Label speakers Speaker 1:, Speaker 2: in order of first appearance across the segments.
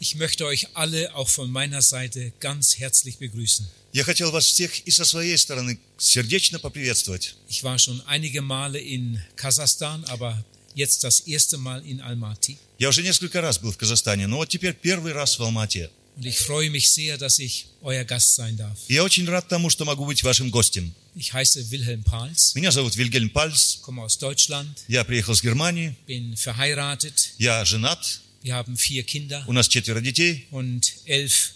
Speaker 1: Ich möchte euch alle auch von meiner Seite ganz herzlich begrüßen.
Speaker 2: Я хотел вас всех и со своей стороны сердечно поприветствовать.
Speaker 1: Ich war schon einige Male in Kasachstan, aber jetzt das erste Mal in Almaty.
Speaker 2: Я уже несколько раз был в Казахстане, но вот теперь первый раз в Алмате.
Speaker 1: Und ich freue mich sehr, dass ich euer Gast sein darf.
Speaker 2: И я очень рад тому, что могу быть вашим гостем.
Speaker 1: Ich heiße Wilhelm Pahls,
Speaker 2: Меня зовут Вильгельм Пальц,
Speaker 1: komme aus Deutschland,
Speaker 2: я приехал с Германии,
Speaker 1: bin verheiratet.
Speaker 2: я женат,
Speaker 1: Wir haben vier Kinder
Speaker 2: у нас четверо детей
Speaker 1: und elf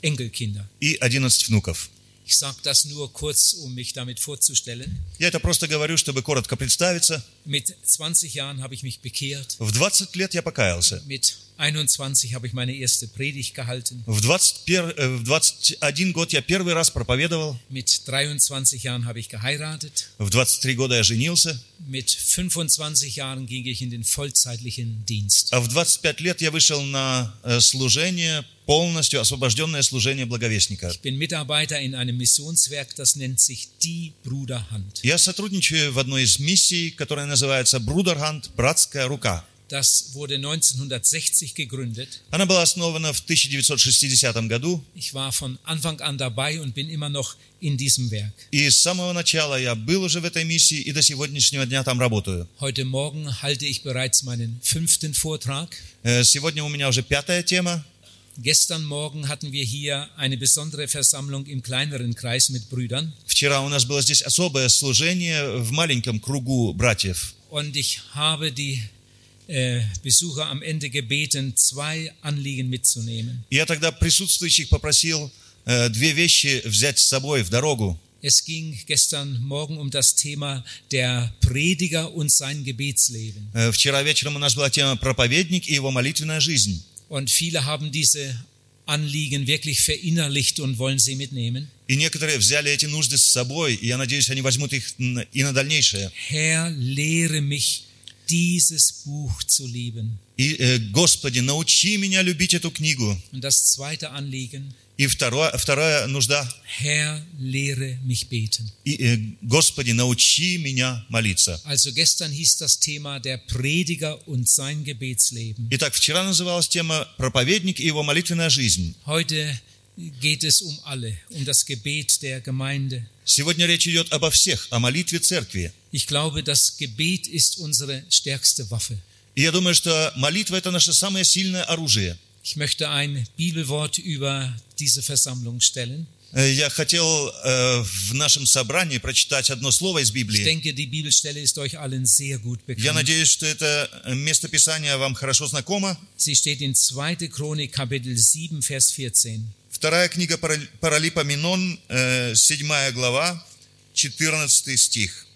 Speaker 1: Enkelkinder.
Speaker 2: и 11 внуков.
Speaker 1: Ich sage das nur kurz, um mich damit vorzustellen.
Speaker 2: Я это просто говорю, чтобы коротко представиться.
Speaker 1: Mit 20 Jahren habe ich mich bekehrt.
Speaker 2: В 20 лет я покаялся.
Speaker 1: Mit 21 habe ich meine erste Predigt gehalten.
Speaker 2: В, 21, э, в 21 год я первый раз проповедовал.
Speaker 1: Mit 23 Jahren habe ich geheiratet.
Speaker 2: В 23 года я женился.
Speaker 1: Mit 25 Jahren ging ich in den vollzeitlichen Dienst.
Speaker 2: А в 25 лет я вышел на э, служение, полностью освобожденное служение благовестника.
Speaker 1: Ich bin Mitarbeiter in einem Missionswerk, das nennt sich Die Bruderhand.
Speaker 2: Я сотрудничаю в одной из миссий, которая называется «Брудерханд. Братская рука».
Speaker 1: Das wurde 1960 gegründet.
Speaker 2: Она была основана в 1960 году,
Speaker 1: Ich war von Anfang an dabei und bin immer noch in diesem Werk.
Speaker 2: и с самого начала я был уже в этой миссии и до сегодняшнего дня там работаю.
Speaker 1: Heute Morgen halte ich bereits meinen fünften Vortrag.
Speaker 2: Э, Сегодня у меня уже пятая тема.
Speaker 1: Gestern Morgen hatten wir hier eine besondere Versammlung im kleineren Kreis mit Brüdern.
Speaker 2: Вчера у нас было здесь особое служение в маленьком кругу братьев.
Speaker 1: Und ich habe die äh, Besucher am Ende gebeten, zwei Anliegen mitzunehmen.
Speaker 2: Я тогда присутствующих попросил э, две вещи взять с собой в дорогу.
Speaker 1: Es ging gestern Morgen um das Thema der Prediger und sein Gebetsleben.
Speaker 2: Э, Вчера вечером у нас была тема «Проповедник и его молитвенная жизнь».
Speaker 1: Und viele haben diese Anliegen wirklich verinnerlicht und wollen sie mitnehmen.
Speaker 2: И некоторые взяли эти нужды с собой, и я надеюсь, они возьмут их н- и на дальнейшее.
Speaker 1: Herr, lehre mich, dieses Buch zu lieben.
Speaker 2: И, э, Господи, научи меня любить эту книгу.
Speaker 1: Und das zweite Anliegen,
Speaker 2: И второе, вторая нужда.
Speaker 1: Herr, lehre mich beten.
Speaker 2: И, э, Господи, научи меня молиться.
Speaker 1: Also gestern hieß das Thema der Prediger und sein Gebetsleben.
Speaker 2: Итак, вчера называлась тема «Проповедник и его молитвенная жизнь».
Speaker 1: Heute geht es um alle, um das Gebet der Gemeinde.
Speaker 2: Сегодня речь идет обо всех, о молитве церкви.
Speaker 1: Ich glaube, das Gebet ist unsere stärkste Waffe.
Speaker 2: И я думаю, что молитва – это наше самое сильное оружие.
Speaker 1: Ich möchte ein Bibelwort über diese Versammlung stellen.
Speaker 2: Э, Я хотел э, в нашем собрании прочитать одно слово из
Speaker 1: Ich
Speaker 2: Библии.
Speaker 1: denke, die Bibelstelle ist euch allen sehr gut
Speaker 2: Я
Speaker 1: bekannt.
Speaker 2: надеюсь, что это местописание вам хорошо знакомо.
Speaker 1: Sie steht in 2. Chronik Kapitel 7 Vers 14.
Speaker 2: Вторая книга Парал- Паралипа Минон, 7 глава, 14 стих.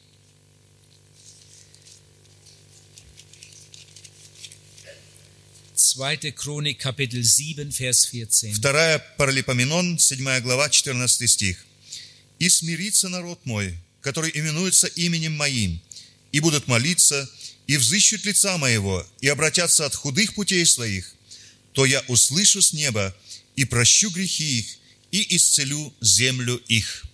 Speaker 1: Zweite Chronik Kapitel 7 Vers 14.
Speaker 2: Вторая Паралипоменон, 7 глава, 14 стих. «И смирится народ мой, который именуется именем моим, и будут молиться, и взыщут лица моего, и обратятся от худых путей своих, то я услышу с неба, и прощу грехи их, и исцелю землю их».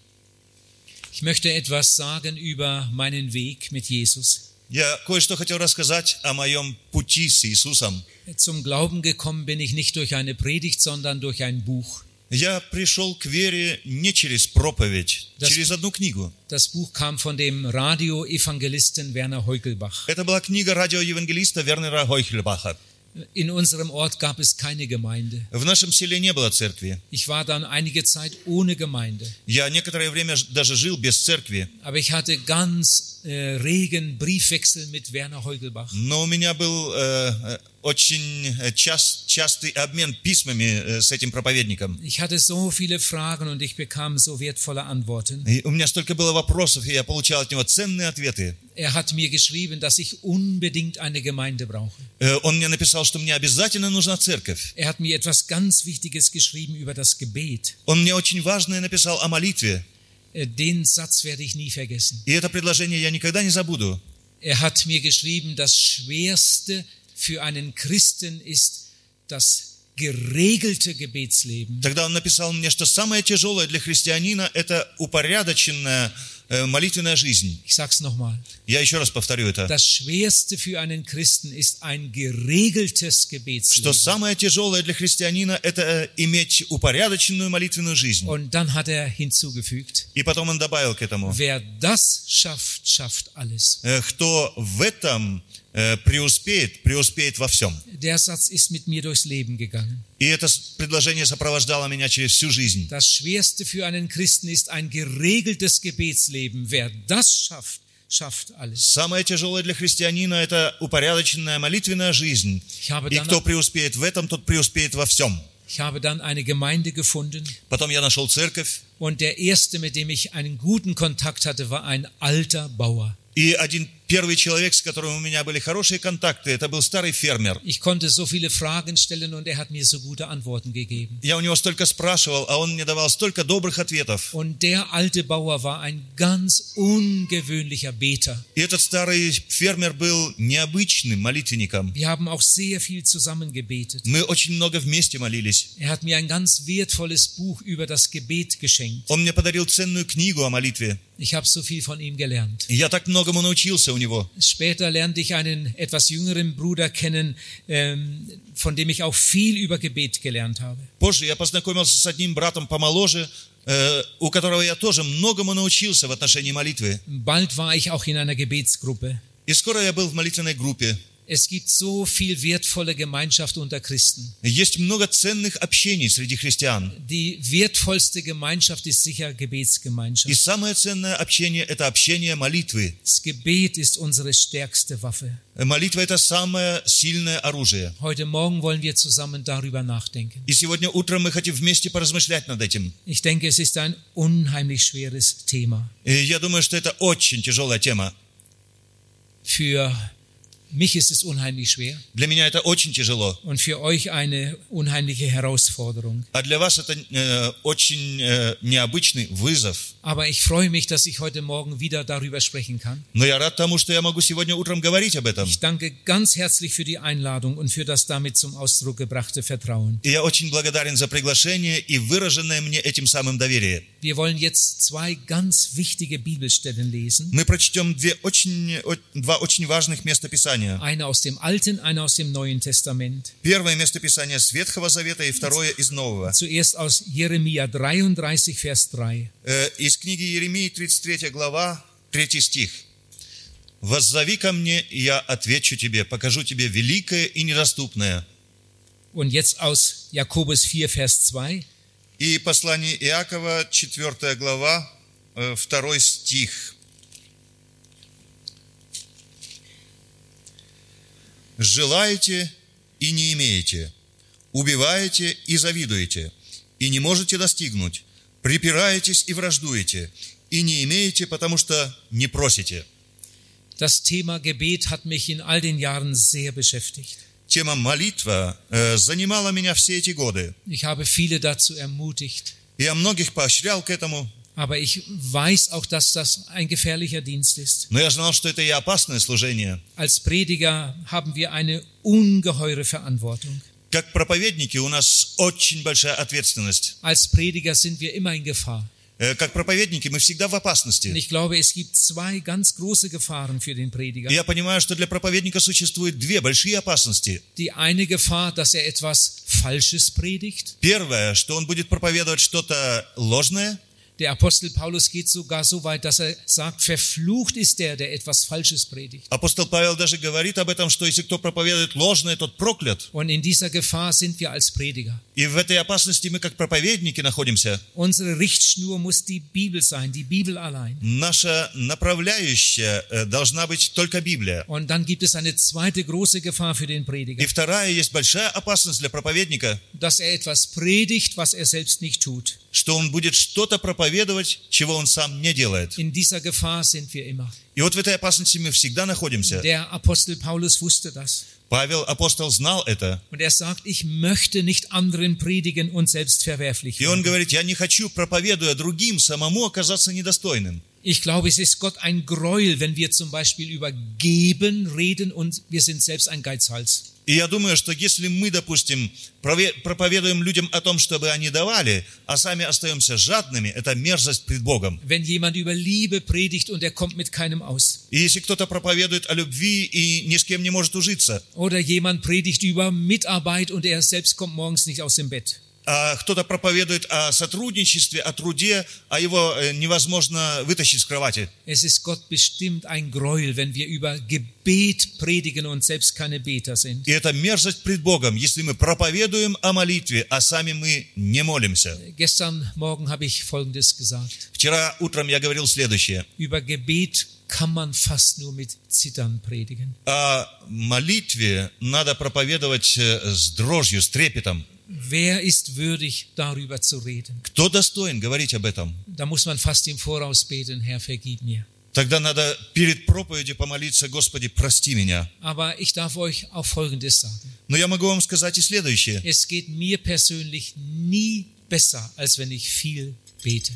Speaker 1: Ich möchte etwas sagen über meinen Weg mit Jesus.
Speaker 2: Я кое-что хотел рассказать о моем пути с Иисусом.
Speaker 1: Zum Glauben gekommen bin ich nicht durch eine Predigt, sondern durch ein Buch.
Speaker 2: Я пришел к вере не через проповедь,
Speaker 1: Да.
Speaker 2: через одну книгу.
Speaker 1: Das Buch kam von dem Radio-Evangelisten Werner Heukelbach.
Speaker 2: Это была книга радиоевангелиста Вернера Хойхельбаха.
Speaker 1: In unserem Ort gab es keine Gemeinde.
Speaker 2: В нашем селе не было церкви.
Speaker 1: Ich war dann einige Zeit ohne Gemeinde.
Speaker 2: Я некоторое время ж- даже жил без церкви.
Speaker 1: Aber ich hatte ganz äh, regen Briefwechsel mit Werner Heukelbach.
Speaker 2: Но у меня был э, э, очень э, час- частый обмен письмами э, с этим проповедником.
Speaker 1: Ich hatte so viele Fragen und ich bekam so wertvolle Antworten.
Speaker 2: И у меня столько было вопросов, и я получал от него ценные ответы.
Speaker 1: Er hat mir geschrieben, dass ich unbedingt eine Gemeinde brauche.
Speaker 2: Э, Он мне написал, что мне обязательно нужна церковь.
Speaker 1: Er hat mir etwas ganz Wichtiges geschrieben über das Gebet.
Speaker 2: Он мне очень важное написал о молитве.
Speaker 1: Äh, Den Satz werde ich nie vergessen.
Speaker 2: И это предложение я никогда не забуду.
Speaker 1: Er hat mir geschrieben, das Schwerste für einen Christen ist das geregelte Gebetsleben.
Speaker 2: Тогда он написал мне, что самое тяжелое для христианина – это упорядоченное э, э, молитвенная жизнь.
Speaker 1: Ich sag's nochmal.
Speaker 2: Я еще раз повторю это.
Speaker 1: Das Schwerste für einen Christen ist ein geregeltes
Speaker 2: Что
Speaker 1: Gebetsleben.
Speaker 2: самое тяжелое для христианина – это э, иметь упорядоченную молитвенную жизнь.
Speaker 1: Und dann hat er hinzugefügt,
Speaker 2: И потом он добавил к этому.
Speaker 1: wer das schafft, schafft alles.
Speaker 2: э, Кто в этом э, преуспеет, преуспеет во всем.
Speaker 1: Der Satz ist mit mir durchs Leben gegangen.
Speaker 2: И это с- предложение сопровождало меня через всю жизнь.
Speaker 1: Das Schwerste für einen Christen ist ein geregeltes Gebetsleben. Wer das schafft, schafft alles.
Speaker 2: Самое тяжелое для христианина – это упорядоченная молитвенная жизнь.
Speaker 1: Ich habe
Speaker 2: И кто
Speaker 1: dann,
Speaker 2: преуспеет в этом, тот преуспеет во всем.
Speaker 1: ich habe dann eine Gemeinde gefunden
Speaker 2: Потом я нашел церковь,
Speaker 1: und der erste, mit dem ich einen guten Kontakt hatte, war ein alter Bauer.
Speaker 2: и один первый человек, с которым у меня были хорошие контакты, это был старый фермер.
Speaker 1: Ich konnte so viele Fragen stellen und er hat mir so gute Antworten gegeben.
Speaker 2: Я у него столько спрашивал, а он мне давал столько добрых ответов.
Speaker 1: Und der alte Bauer war ein ganz ungewöhnlicher Beter.
Speaker 2: И этот старый фермер был необычным молитвенником.
Speaker 1: Wir haben auch sehr viel zusammen gebetet.
Speaker 2: Мы очень много вместе молились.
Speaker 1: Er hat mir ein ganz wertvolles Buch über das Gebet geschenkt.
Speaker 2: Он мне подарил ценную книгу о молитве.
Speaker 1: Ich habe so viel von ihm gelernt.
Speaker 2: И я так многому научился у него.
Speaker 1: Später lernte ich einen etwas jüngeren Bruder kennen, ähm, von dem ich auch viel über Gebet gelernt habe.
Speaker 2: Позже я познакомился с одним братом помоложе, э, у которого я тоже многому научился в отношении молитвы.
Speaker 1: Bald war ich auch in einer Gebetsgruppe.
Speaker 2: И скоро я был в молитвенной группе.
Speaker 1: Es gibt so viel wertvolle Gemeinschaft unter Christen.
Speaker 2: Есть много ценных общений среди христиан.
Speaker 1: Die wertvollste Gemeinschaft ist sicher
Speaker 2: И
Speaker 1: Gebetsgemeinschaft.
Speaker 2: самое ценное общение – это общение молитвы.
Speaker 1: Das Gebet ist unsere stärkste Waffe.
Speaker 2: Молитва – это самое сильное оружие.
Speaker 1: Heute Morgen wollen wir zusammen darüber nachdenken.
Speaker 2: И сегодня утром мы хотим вместе поразмышлять над этим.
Speaker 1: Ich denke, es ist ein unheimlich schweres Thema
Speaker 2: И я думаю, что это очень тяжелая тема.
Speaker 1: für mich ist es unheimlich schwer
Speaker 2: Для меня это очень тяжело.
Speaker 1: und für euch eine unheimliche Herausforderung.
Speaker 2: А для вас это э, очень э, необычный вызов.
Speaker 1: Aber ich freue mich, dass ich heute Morgen wieder darüber sprechen kann.
Speaker 2: Но я рад тому, что я могу сегодня утром говорить об этом.
Speaker 1: Ich danke ganz herzlich für die Einladung und für das damit zum Ausdruck gebrachte Vertrauen.
Speaker 2: И я очень благодарен за приглашение и выраженное мне этим самым доверие.
Speaker 1: Wir wollen jetzt zwei ganz wichtige Bibelstellen lesen.
Speaker 2: Мы прочтем две очень, о- два очень важных местописания.
Speaker 1: Eine aus dem Alten, eine aus dem Neuen Testament.
Speaker 2: Первое местописание с Ветхого Завета и второе из Нового.
Speaker 1: Zuerst aus Jeremia 33, Vers 3.
Speaker 2: Э, Из книги Еремии, 33 глава, 3 стих. «Воззови ко мне, и я отвечу тебе, покажу тебе великое и недоступное».
Speaker 1: Und jetzt aus Jakobus 4, Vers 2.
Speaker 2: И послание Иакова, 4 глава, 2 стих. «Желаете и не имеете, убиваете и завидуете, и не можете достигнуть, припираетесь и враждуете, и не имеете, потому что не просите».
Speaker 1: Das Thema Gebet hat mich in all den Jahren sehr beschäftigt.
Speaker 2: Тема молитва э, занимала меня все эти годы.
Speaker 1: Ich habe viele dazu ermutigt.
Speaker 2: Я многих поощрял к этому,
Speaker 1: Aber ich weiß auch, dass das ein gefährlicher Dienst ist.
Speaker 2: но я знал, что это и опасное служение –
Speaker 1: Als Prediger haben wir eine ungeheure Verantwortung.
Speaker 2: Как проповедники у нас очень большая ответственность.
Speaker 1: Als Prediger sind wir immer in Gefahr.
Speaker 2: Э, Как проповедники мы всегда в
Speaker 1: Und
Speaker 2: опасности.
Speaker 1: ich glaube, es gibt zwei ganz große Gefahren für den Prediger.
Speaker 2: И Я понимаю, что для проповедника существует две большие опасности.
Speaker 1: Die eine Gefahr, dass er etwas Falsches predigt.
Speaker 2: Первое, что он будет проповедовать что-то ложное.
Speaker 1: Der Apostel Paulus geht sogar so weit, dass er sagt, verflucht ist der, der etwas Falsches predigt.
Speaker 2: Апостол Павел даже говорит об этом, что если кто проповедует ложное, тот проклят.
Speaker 1: Und in dieser Gefahr sind wir als Prediger.
Speaker 2: И в этой опасности мы как проповедники находимся.
Speaker 1: Unsere Richtschnur muss die Bibel sein, die Bibel allein.
Speaker 2: Наша направляющая э, должна быть только Библия.
Speaker 1: Und dann gibt es eine zweite große Gefahr für den
Speaker 2: И
Speaker 1: Prediger,
Speaker 2: вторая есть большая opasnost для проповедника,
Speaker 1: dass er etwas predigt, was er selbst nicht tut.
Speaker 2: что он будет что-то проповедовать, чего он сам не делает.
Speaker 1: In dieser Gefahr sind wir immer.
Speaker 2: И вот в этой опасности мы всегда находимся.
Speaker 1: Der Apostel Paulus wusste das.
Speaker 2: Павел, апостол, знал это.
Speaker 1: Und er sagt, ich möchte nicht anderen predigen und selbst verwerflich
Speaker 2: И он
Speaker 1: werden.
Speaker 2: говорит, я не хочу, проповедуя другим, самому оказаться недостойным.
Speaker 1: Ich glaube, es ist Gott ein Gräuel, wenn wir zum Beispiel über Geben reden und wir sind selbst ein Geizhals.
Speaker 2: И я думаю, что если мы, допустим, прове- проповедуем людям о том, чтобы они давали, а сами остаемся жадными, это мерзость пред Богом.
Speaker 1: Wenn jemand über Liebe predigt und er kommt mit keinem aus.
Speaker 2: И если кто-то проповедует о любви и ни с кем не может ужиться,
Speaker 1: Oder jemand predigt über Mitarbeit und er selbst kommt morgens nicht aus dem Bett.
Speaker 2: а кто-то проповедует о сотрудничестве, о труде, а его э, невозможно вытащить с кровати.
Speaker 1: Es ist Gott bestimmt ein Gräuel, wenn wir über Gebet predigen und selbst keine Beter sind.
Speaker 2: И это мерзость пред Богом, если мы проповедуем о молитве, а сами мы не молимся.
Speaker 1: Gestern Morgen habe ich Folgendes gesagt.
Speaker 2: Вчера утром я говорил следующее.
Speaker 1: Über Gebet kann man fast nur mit Zittern predigen.
Speaker 2: О молитве надо проповедовать э, с дрожью, с трепетом.
Speaker 1: Wer ist würdig, darüber zu reden?
Speaker 2: Кто достоин говорить об этом?
Speaker 1: Da muss man fast im Voraus beten, Herr, vergib mir.
Speaker 2: Тогда надо перед проповедью помолиться, Господи, прости меня.
Speaker 1: Aber ich darf euch auch Folgendes sagen.
Speaker 2: Но я могу вам сказать и следующее.
Speaker 1: Es geht mir persönlich nie besser, als wenn ich viel bete.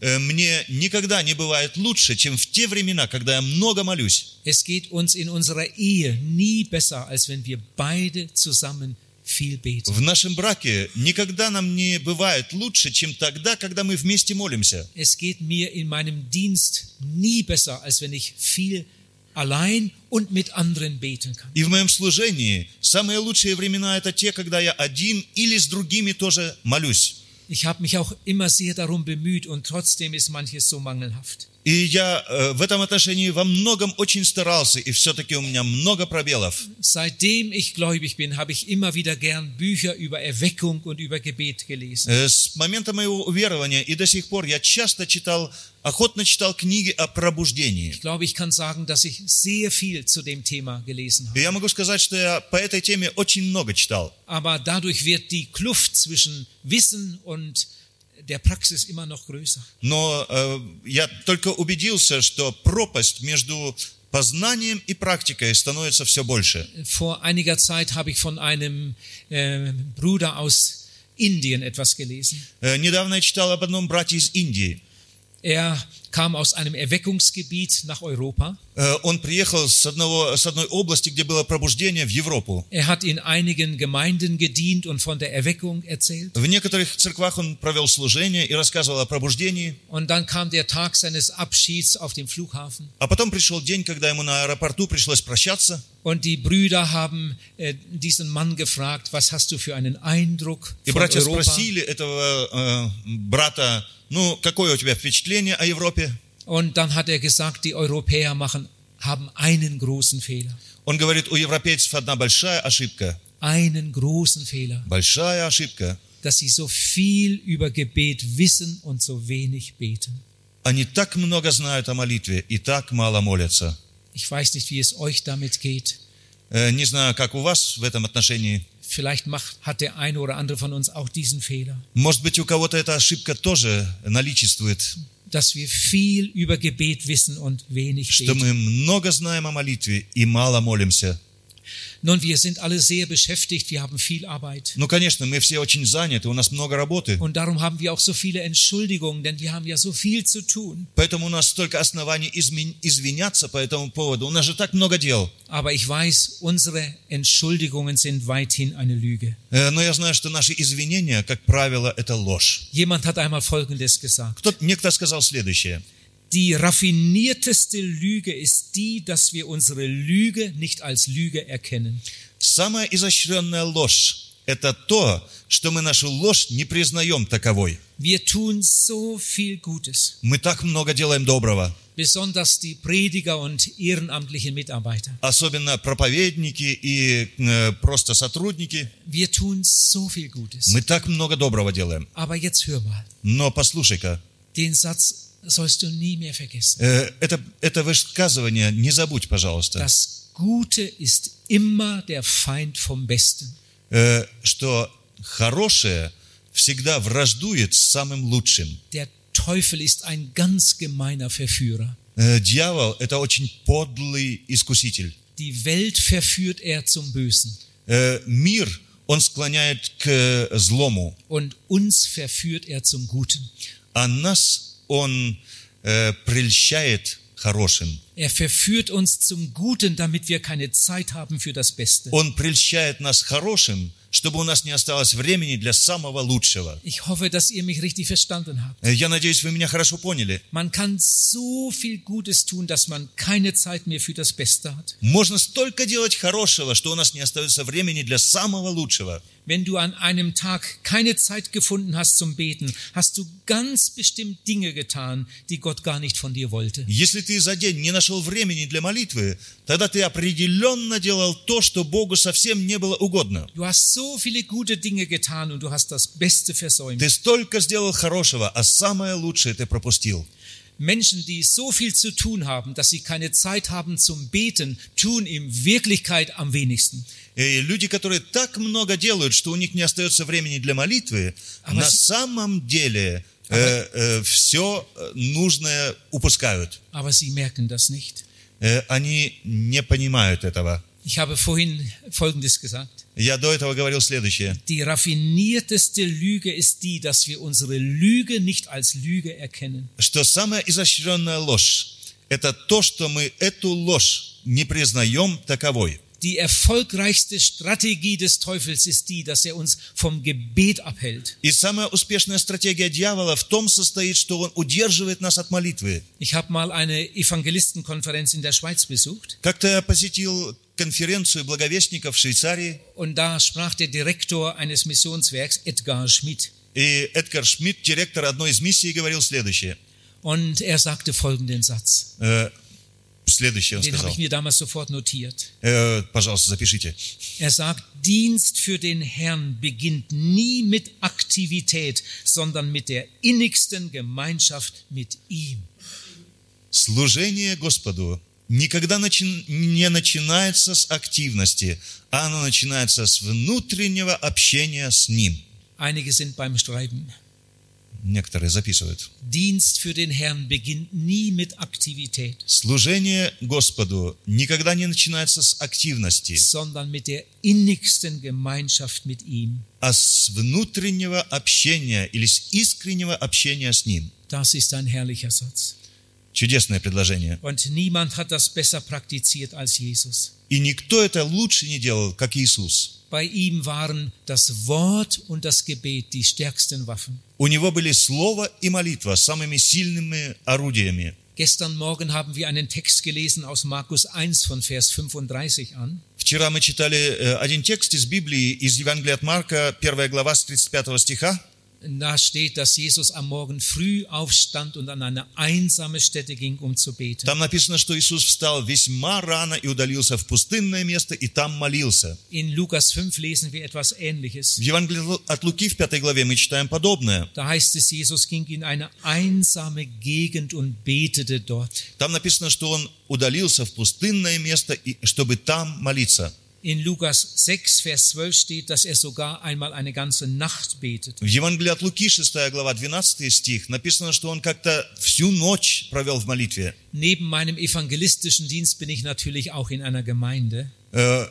Speaker 2: Э, Мне никогда не бывает лучше, чем в те времена, когда я много молюсь.
Speaker 1: Es geht uns in unserer Ehe nie besser, als wenn wir beide zusammen viel beten.
Speaker 2: В нашем браке никогда нам не бывает лучше, чем тогда, когда мы вместе молимся.
Speaker 1: Es geht mir in meinem Dienst nie besser, als wenn ich viel allein und mit anderen beten kann.
Speaker 2: И в моем служении самые лучшие времена – это те, когда я один или с другими тоже молюсь.
Speaker 1: Ich habe mich auch immer sehr darum bemüht und trotzdem ist manches so mangelhaft.
Speaker 2: И я э, в этом отношении во многом очень старался, и все-таки у меня много пробелов.
Speaker 1: Seitdem ich gläubig bin, habe ich immer wieder gern Bücher über Erweckung und über Gebet gelesen.
Speaker 2: Э, С момента моего уверования и до сих пор я часто читал, охотно читал книги о пробуждении.
Speaker 1: Ich glaube, ich kann sagen, dass ich sehr viel zu dem Thema gelesen
Speaker 2: И
Speaker 1: habe.
Speaker 2: я могу сказать, что я по этой теме очень много читал.
Speaker 1: Aber dadurch wird die Kluft zwischen Wissen und der Praxis immer noch größer.
Speaker 2: Но э, я только убедился, что пропасть между познанием и практикой становится все больше.
Speaker 1: Vor einiger Zeit habe ich von einem äh, Bruder aus Indien etwas gelesen.
Speaker 2: Э, недавно я читал об одном брате из Индии.
Speaker 1: Er kam aus einem Erweckungsgebiet nach Europa.
Speaker 2: Э, он приехал с, одного, с одной области, где было пробуждение, в Европу.
Speaker 1: Er hat in einigen Gemeinden gedient und von der Erweckung erzählt.
Speaker 2: В некоторых церквах он провел служение и рассказывал о пробуждении.
Speaker 1: Und dann kam der Tag seines Abschieds auf dem Flughafen.
Speaker 2: А потом пришел день, когда ему на аэропорту пришлось прощаться.
Speaker 1: Und die Brüder haben äh, diesen Mann gefragt, was hast du für einen Eindruck
Speaker 2: И
Speaker 1: von
Speaker 2: братья
Speaker 1: Europa?
Speaker 2: спросили этого э, брата, ну, какое у тебя впечатление о Европе?
Speaker 1: Und dann hat er gesagt, die Europäer machen, haben einen großen Fehler.
Speaker 2: Он говорит, у европейцев одна большая ошибка.
Speaker 1: Einen großen Fehler,
Speaker 2: Большая ошибка.
Speaker 1: dass sie so viel über Gebet wissen und so wenig beten.
Speaker 2: Они так много знают о молитве и так мало молятся.
Speaker 1: Ich weiß nicht, wie es euch damit geht.
Speaker 2: Э, Не знаю, как у вас в этом отношении.
Speaker 1: Vielleicht macht, hat der eine oder andere von uns auch diesen Fehler,
Speaker 2: Может быть, у кого-то эта ошибка тоже наличествует,
Speaker 1: dass wir viel über Gebet wissen und wenig
Speaker 2: что
Speaker 1: beten.
Speaker 2: мы много знаем о молитве и мало молимся.
Speaker 1: Nun, wir sind alle sehr beschäftigt, wir haben viel Arbeit.
Speaker 2: Ну, конечно, мы все очень заняты, у нас много работы,
Speaker 1: Und darum haben wir auch so viele Entschuldigungen, denn wir haben ja so viel zu tun.
Speaker 2: поэтому у нас столько оснований измен- извиняться по этому поводу. У нас же так много дел.
Speaker 1: Aber ich weiß, unsere Entschuldigungen sind weithin eine Lüge.
Speaker 2: Э, Но я знаю, что наши извинения, как правило, это ложь.
Speaker 1: Jemand hat einmal Folgendes gesagt.
Speaker 2: Кто-то, некто сказал следующее.
Speaker 1: Die raffinierteste Lüge ist die, dass wir unsere Lüge nicht als Lüge erkennen.
Speaker 2: Самая изощренная ложь – это то, что мы нашу ложь не признаем таковой.
Speaker 1: Wir tun so viel Gutes,
Speaker 2: Мы так много делаем доброго,
Speaker 1: besonders die Prediger und ehrenamtlichen Mitarbeiter.
Speaker 2: особенно проповедники и э, просто сотрудники.
Speaker 1: Wir tun so viel Gutes.
Speaker 2: Мы так много доброго делаем.
Speaker 1: Aber jetzt hör mal,
Speaker 2: Но послушай-ка,
Speaker 1: den Satz sollst du nie mehr vergessen.
Speaker 2: э, это, это высказывание не забудь, пожалуйста,
Speaker 1: Das Gute ist immer der Feind vom Besten.
Speaker 2: э, что хорошее всегда враждует с самым лучшим.
Speaker 1: Der Teufel ist ein ganz gemeiner Verführer.
Speaker 2: Э, Дьявол – это очень подлый искуситель.
Speaker 1: Die Welt verführt er zum Bösen
Speaker 2: Э, Мир он склоняет к э, злому,
Speaker 1: und uns verführt er zum Guten.
Speaker 2: а нас он э, прельщает хорошим.
Speaker 1: Er verführt uns zum Guten, damit wir keine Zeit haben für das Beste.
Speaker 2: Он прельщает нас хорошим, чтобы у нас не осталось времени для самого лучшего.
Speaker 1: Ich hoffe, dass ihr mich richtig verstanden habt.
Speaker 2: Э, Я надеюсь, вы меня хорошо поняли.
Speaker 1: Man kann so viel Gutes tun, dass man keine Zeit mehr für das Beste hat.
Speaker 2: Можно столько делать хорошего, что у нас не остается времени для самого лучшего.
Speaker 1: Wenn du an einem Tag keine Zeit gefunden hast zum Beten, hast du ganz bestimmt Dinge getan, die Gott gar nicht von dir wollte.
Speaker 2: Если ты за день не нашел времени для молитвы, тогда ты определенно делал то, что Богу совсем не было угодно.
Speaker 1: Du hast so viele gute Dinge getan und du hast das Beste versäumt.
Speaker 2: Ты столько сделал хорошего, а самое лучшее ты пропустил.
Speaker 1: Menschen, die so viel zu tun haben, dass sie keine Zeit haben zum Beten, tun in Wirklichkeit am wenigsten.
Speaker 2: И люди, которые так много делают, что у них не остается времени для молитвы,
Speaker 1: А
Speaker 2: на
Speaker 1: вас-
Speaker 2: самом деле все нужное упускают.
Speaker 1: Aber sie merken das nicht.
Speaker 2: Э, они не понимают этого.
Speaker 1: Ich habe vorhin Folgendes gesagt.
Speaker 2: Я до этого говорил следующее.
Speaker 1: Die raffinierteste Lüge ist die, dass wir unsere Lüge nicht als Lüge erkennen.
Speaker 2: что самая изощренная ложь – это то, что мы эту ложь не признаем таковой.
Speaker 1: Die erfolgreichste Strategie des Teufels ist die, dass er uns vom Gebet abhält.
Speaker 2: И самая успешная стратегия дьявола в том состоит, что он удерживает нас от молитвы.
Speaker 1: Ich habe mal eine Evangelistenkonferenz in der Schweiz besucht
Speaker 2: Как-то я посетил конференцию благовестников в Швейцарии,
Speaker 1: und da sprach der Direktor eines Missionswerks, Edgar Schmidt,
Speaker 2: и Эдгар Шмидт, директор одной из миссий, говорил следующее.
Speaker 1: und er sagte folgenden Satz.
Speaker 2: Э, следующее он
Speaker 1: Den habe
Speaker 2: сказал.
Speaker 1: ich mir damals sofort notiert.
Speaker 2: Э, пожалуйста, запишите.
Speaker 1: Er sagt, Dienst für den Herrn beginnt nie mit Aktivität, sondern mit der innigsten Gemeinschaft mit ihm.
Speaker 2: Служение Господу никогда начи- не начинается с активности, а оно начинается с внутреннего общения с Ним.
Speaker 1: Einige sind beim Schreiben.
Speaker 2: Некоторые записывают.
Speaker 1: Dienst für den Herrn beginnt nie mit Aktivität,
Speaker 2: Служение Господу никогда не начинается с активности,
Speaker 1: sondern mit der innigsten Gemeinschaft mit ihm.
Speaker 2: а с внутреннего общения или с искреннего общения с Ним.
Speaker 1: Das ist ein herrlicher Satz.
Speaker 2: Чудесное предложение.
Speaker 1: Und niemand hat das besser praktiziert als Jesus.
Speaker 2: И никто это лучше не делал, как Иисус.
Speaker 1: Bei ihm waren das Wort und das Gebet die stärksten Waffen.
Speaker 2: У него были слово и молитва самыми сильными орудиями.
Speaker 1: Gestern Morgen haben wir einen Text gelesen aus Markus 1 von Vers 35 an.
Speaker 2: Вчера мы читали э, один текст из Библии, из Евангелия от Марка, первая глава с 35 стиха.
Speaker 1: Da steht, dass Jesus am Morgen früh aufstand und an eine einsame Stätte ging, um zu beten.
Speaker 2: Там написано, что Иисус встал весьма рано и удалился в пустынное место, и там молился.
Speaker 1: In Lukas 5 lesen wir etwas
Speaker 2: В
Speaker 1: Ähnliches.
Speaker 2: Евангелии от Луки в пятой главе мы читаем подобное.
Speaker 1: Da heißt es, Jesus ging in eine einsame Gegend und betete dort.
Speaker 2: Там написано, что он удалился в пустынное место, и- чтобы там молиться.
Speaker 1: In Lukas 6, Vers 12 steht, dass er sogar einmal eine ganze Nacht betete.
Speaker 2: В Евангелии от Луки, 6 глава, 12 стих, написано, что он как-то всю ночь провел в молитве.
Speaker 1: Neben meinem evangelistischen Dienst bin ich natürlich auch in einer Gemeinde.
Speaker 2: Э,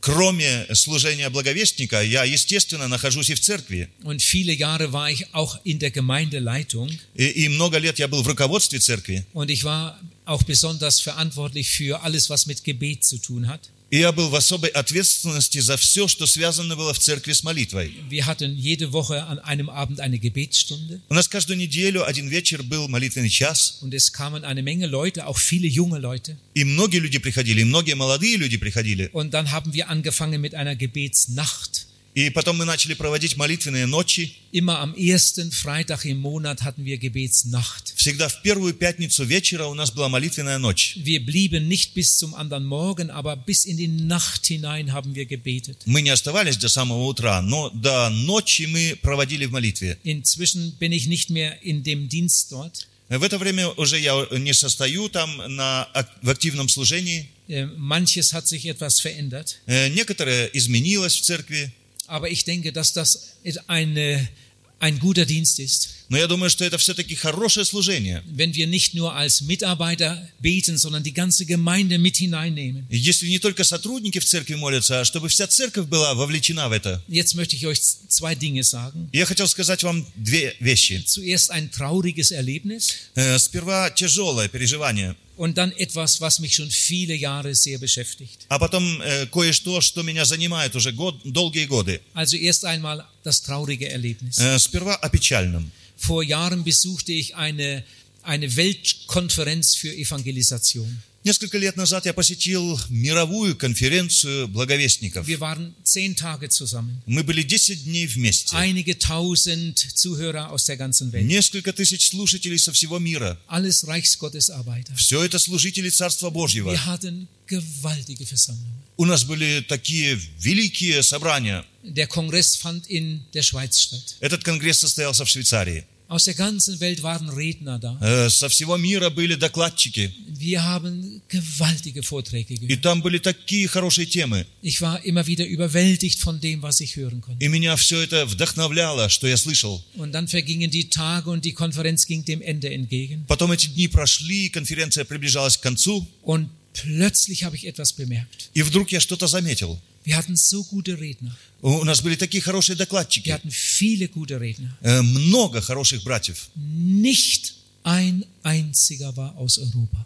Speaker 2: Кроме служения благовестника, я, естественно, нахожусь и в церкви.
Speaker 1: Und viele Jahre war ich auch in der Gemeindeleitung.
Speaker 2: И, и много лет я был в руководстве церкви.
Speaker 1: Und ich war auch besonders verantwortlich für alles, was mit Gebet zu tun hat.
Speaker 2: И я был в особой ответственности за все, что связано было в церкви с молитвой.
Speaker 1: Wir hatten jede Woche an einem Abend eine Gebetsstunde
Speaker 2: У нас каждую неделю один вечер был молитвенный час,
Speaker 1: und es kamen eine Menge Leute, auch viele junge Leute.
Speaker 2: и многие люди приходили, и многие молодые люди приходили.
Speaker 1: Und dann haben wir angefangen mit einer Gebetsnacht.
Speaker 2: И потом мы начали проводить молитвенные ночи.
Speaker 1: Immer am ersten Freitag im Monat hatten wir Gebetsnacht.
Speaker 2: Всегда в первую пятницу вечера у нас была молитвенная ночь.
Speaker 1: Wir blieben nicht bis zum anderen Morgen, aber bis in die Nacht hinein haben wir gebetet.
Speaker 2: Мы не оставались до самого утра, но до ночи мы проводили в молитве.
Speaker 1: Inzwischen bin ich nicht mehr in dem Dienst dort.
Speaker 2: В это время уже я не состою там на, ак- в активном служении.
Speaker 1: Äh, Manches hat sich etwas verändert.
Speaker 2: Э, Некоторое изменилось в церкви,
Speaker 1: Aber ich denke, dass das eine, ein guter Dienst ist.
Speaker 2: Но я думаю, что это все-таки хорошее служение.
Speaker 1: wenn wir nicht nur als Mitarbeiter beten, sondern die ganze Gemeinde mit hineinnehmen.
Speaker 2: И Если не только сотрудники в церкви молятся, а чтобы вся церковь была вовлечена в это.
Speaker 1: Jetzt möchte ich euch zwei Dinge sagen.
Speaker 2: Я хотел сказать вам две вещи.
Speaker 1: Zuerst ein trauriges Erlebnis
Speaker 2: Э, Сперва тяжелое переживание,
Speaker 1: und dann etwas, was mich schon viele Jahre sehr beschäftigt.
Speaker 2: а потом э, кое-что, что меня занимает уже год, долгие годы.
Speaker 1: Also erst einmal das traurige Erlebnis.
Speaker 2: Э, Сперва о печальном.
Speaker 1: Vor Jahren besuchte ich eine, eine Weltkonferenz für Evangelisation.
Speaker 2: Несколько лет назад я посетил мировую конференцию благовестников.
Speaker 1: Wir waren zehn Tage zusammen.
Speaker 2: Мы были 10 дней вместе.
Speaker 1: Einige tausend Zuhörer aus der ganzen Welt.
Speaker 2: Несколько тысяч слушателей со всего мира.
Speaker 1: Alles Reichsgottesarbeiter.
Speaker 2: Все это служители Царства Божьего.
Speaker 1: Wir hatten gewaltige Versammlungen.
Speaker 2: У нас были такие великие собрания.
Speaker 1: Der Kongress fand in der Schweiz statt.
Speaker 2: Этот конгресс состоялся в Швейцарии.
Speaker 1: Aus der ganzen Welt waren Redner da.
Speaker 2: Э, Со всего мира были докладчики.
Speaker 1: Wir haben gewaltige Vorträge
Speaker 2: И
Speaker 1: gehört.
Speaker 2: там были такие хорошие темы.
Speaker 1: Ich war immer wieder überwältigt von dem, was ich hören konnte.
Speaker 2: И меня все это вдохновляло, что я слышал.
Speaker 1: Und dann vergingen die Tage und die Konferenz ging dem Ende entgegen.
Speaker 2: Потом эти дни прошли, конференция приближалась к концу.
Speaker 1: Und plötzlich habe ich etwas bemerkt.
Speaker 2: И вдруг я что-то заметил.
Speaker 1: Wir hatten so gute Redner.
Speaker 2: У у нас были такие хорошие докладчики.
Speaker 1: Wir hatten viele gute Redner.
Speaker 2: Э, много хороших братьев.
Speaker 1: Nicht ein einziger war aus Europa.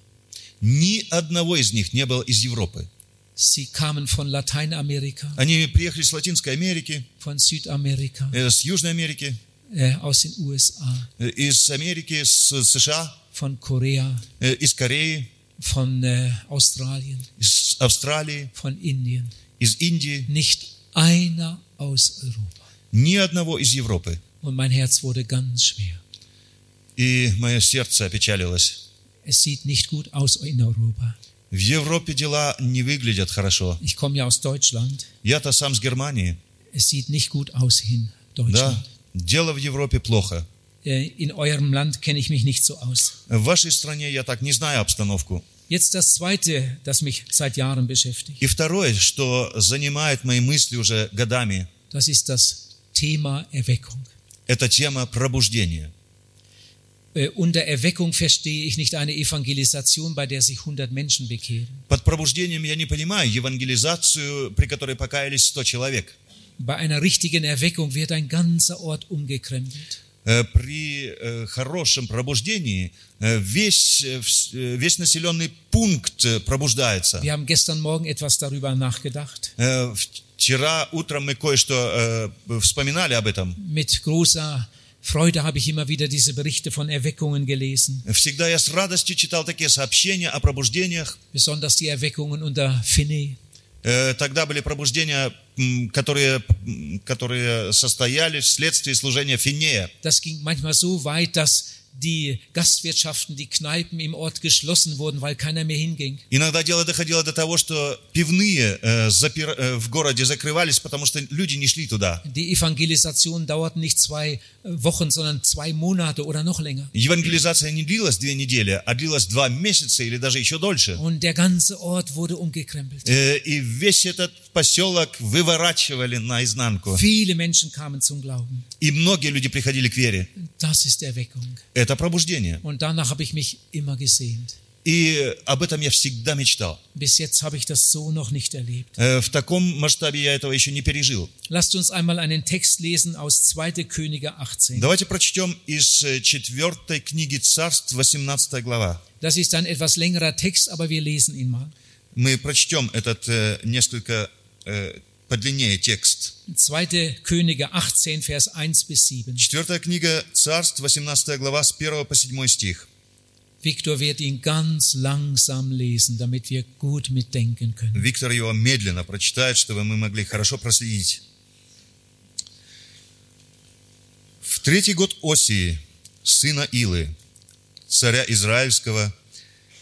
Speaker 2: Ни одного из них не было из Европы.
Speaker 1: Sie kamen von Lateinamerika,
Speaker 2: Они приехали с Латинской Америки,
Speaker 1: von Südamerika,
Speaker 2: э, с Южной Америки,
Speaker 1: äh, aus den USA,
Speaker 2: э, из Америки, с США,
Speaker 1: von Korea,
Speaker 2: э, из Кореи,
Speaker 1: von äh, Australien,
Speaker 2: из Австралии,
Speaker 1: von Indien.
Speaker 2: из Индии,
Speaker 1: Nicht einer aus Europa.
Speaker 2: ни одного из Европы.
Speaker 1: Und mein Herz wurde ganz schwer.
Speaker 2: И мое сердце опечалилось.
Speaker 1: Es sieht nicht gut aus in Europa.
Speaker 2: В Европе дела не выглядят хорошо.
Speaker 1: Ich komme ja aus Deutschland.
Speaker 2: Я-то сам с Германии.
Speaker 1: Es sieht nicht gut aus in
Speaker 2: Да,
Speaker 1: Deutschland.
Speaker 2: дело в Европе плохо.
Speaker 1: Äh, in eurem Land kenne ich mich nicht so aus.
Speaker 2: В вашей стране я так не знаю обстановку.
Speaker 1: Jetzt das Zweite, das mich seit Jahren beschäftigt.
Speaker 2: И второе, что занимает мои мысли уже годами,
Speaker 1: Das ist das Thema Erweckung.
Speaker 2: это тема пробуждения.
Speaker 1: Äh, Unter Erweckung verstehe ich nicht eine Evangelisation, bei der sich 100 Menschen bekehren.
Speaker 2: Под пробуждением я не понимаю евангелизацию, при которой покаялись 100 человек.
Speaker 1: Bei einer richtigen Erweckung wird ein ganzer Ort umgekrempelt.
Speaker 2: Э, При э, хорошем пробуждении э, весь, э, вс- э, весь населенный пункт э, пробуждается.
Speaker 1: Wir haben gestern Morgen etwas darüber nachgedacht.
Speaker 2: Э, Вчера утром мы кое-что э, вспоминали об этом.
Speaker 1: Mit großer Freude habe ich immer wieder diese Berichte von Erweckungen gelesen,
Speaker 2: Всегда я с радостью читал такие сообщения о пробуждениях.
Speaker 1: besonders die Erweckungen unter Finney.
Speaker 2: Э, Тогда были пробуждения, м, которые, м, которые состоялись вследствие служения Финея.
Speaker 1: Das ging manchmal so weit, dass die Gastwirtschaften, die Kneipen im Ort geschlossen wurden, weil keiner mehr hinging.
Speaker 2: Иногда дело доходило до того, что пивные э, запир- э, в городе закрывались, потому что люди не шли туда.
Speaker 1: Die Evangelisation dauert nicht zwei äh, Wochen, sondern zwei Monate oder noch länger.
Speaker 2: Евангелизация не длилась две недели, а длилась два месяца или даже еще дольше.
Speaker 1: Und der ganze Ort wurde umgekrempelt.
Speaker 2: Э, И весь этот поселок выворачивали наизнанку.
Speaker 1: Viele Menschen kamen zum Glauben.
Speaker 2: И многие люди приходили к вере.
Speaker 1: Das ist Erweckung.
Speaker 2: Это пробуждение.
Speaker 1: Und danach habe ich mich immer gesehnt.
Speaker 2: И об этом я всегда мечтал.
Speaker 1: Bis jetzt habe ich das so noch nicht erlebt.
Speaker 2: Э, В таком масштабе я этого еще не пережил.
Speaker 1: Lasst uns einmal einen Text lesen aus 2. Könige 18.
Speaker 2: Давайте прочтем из э, четвертой книги Царств, 18 глава.
Speaker 1: Das ist ein etwas längerer Text, aber wir lesen ihn mal.
Speaker 2: Мы прочтем этот э, несколько э, подлиннее текст.
Speaker 1: 2. Könige 18, Vers 1 bis 7.
Speaker 2: Четвертая книга Царств, 18 глава, с 1 по 7 стих.
Speaker 1: Viktor wird ihn ganz langsam lesen, damit wir gut mitdenken können.
Speaker 2: Виктор его медленно прочитает, чтобы мы могли хорошо проследить. В третий год Осии, сына Илы, царя Израильского,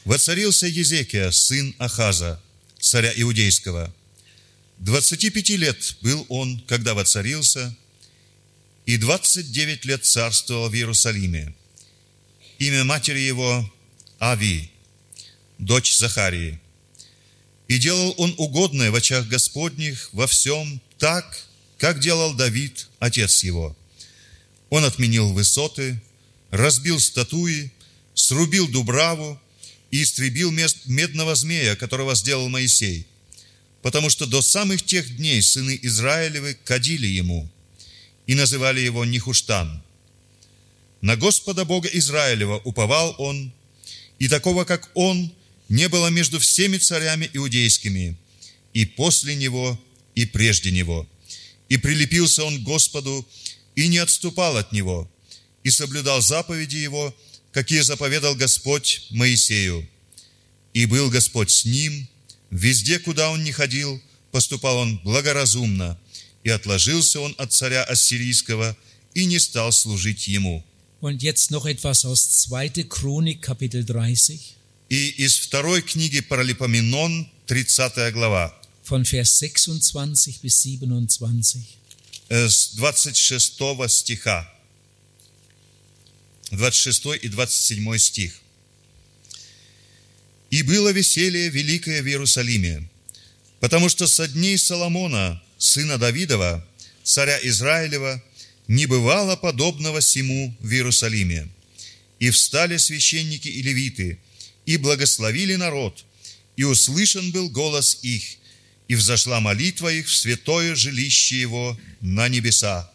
Speaker 2: воцарился Езекия, сын Ахаза, царя Иудейского. 25 лет был он, когда воцарился, и 29 лет царствовал в Иерусалиме. Имя матери его – Ави, дочь Захарии – и делал он угодное в очах Господних во всем так, как делал Давид, отец его. Он отменил высоты, разбил статуи, срубил дубраву и истребил мес- медного змея, которого сделал Моисей, потому что до самых тех дней сыны Израилевы кадили ему и называли его Нихуштан. На Господа Бога Израилева уповал он, и такого, как он, не было между всеми царями иудейскими, и после него, и прежде него. И прилепился он к Господу, и не отступал от него, и соблюдал заповеди его, какие заповедал Господь Моисею. И был Господь с ним, везде, куда он не ходил, поступал он благоразумно, и отложился он от царя Ассирийского, и не стал служить ему».
Speaker 1: Und jetzt noch etwas aus 2. Chronik, Kapitel 30,
Speaker 2: И из второй книги Паралипоменон, 30 глава,
Speaker 1: von Vers 26 bis 27.
Speaker 2: э, с 26 стиха. 26 и 27 стих. «И было веселье великое в Иерусалиме, потому что со дней Соломона, сына Давидова, царя Израилева, не бывало подобного сему в Иерусалиме. И встали священники и левиты, и благословили народ, и услышан был голос их, и взошла молитва их в святое жилище его на небеса.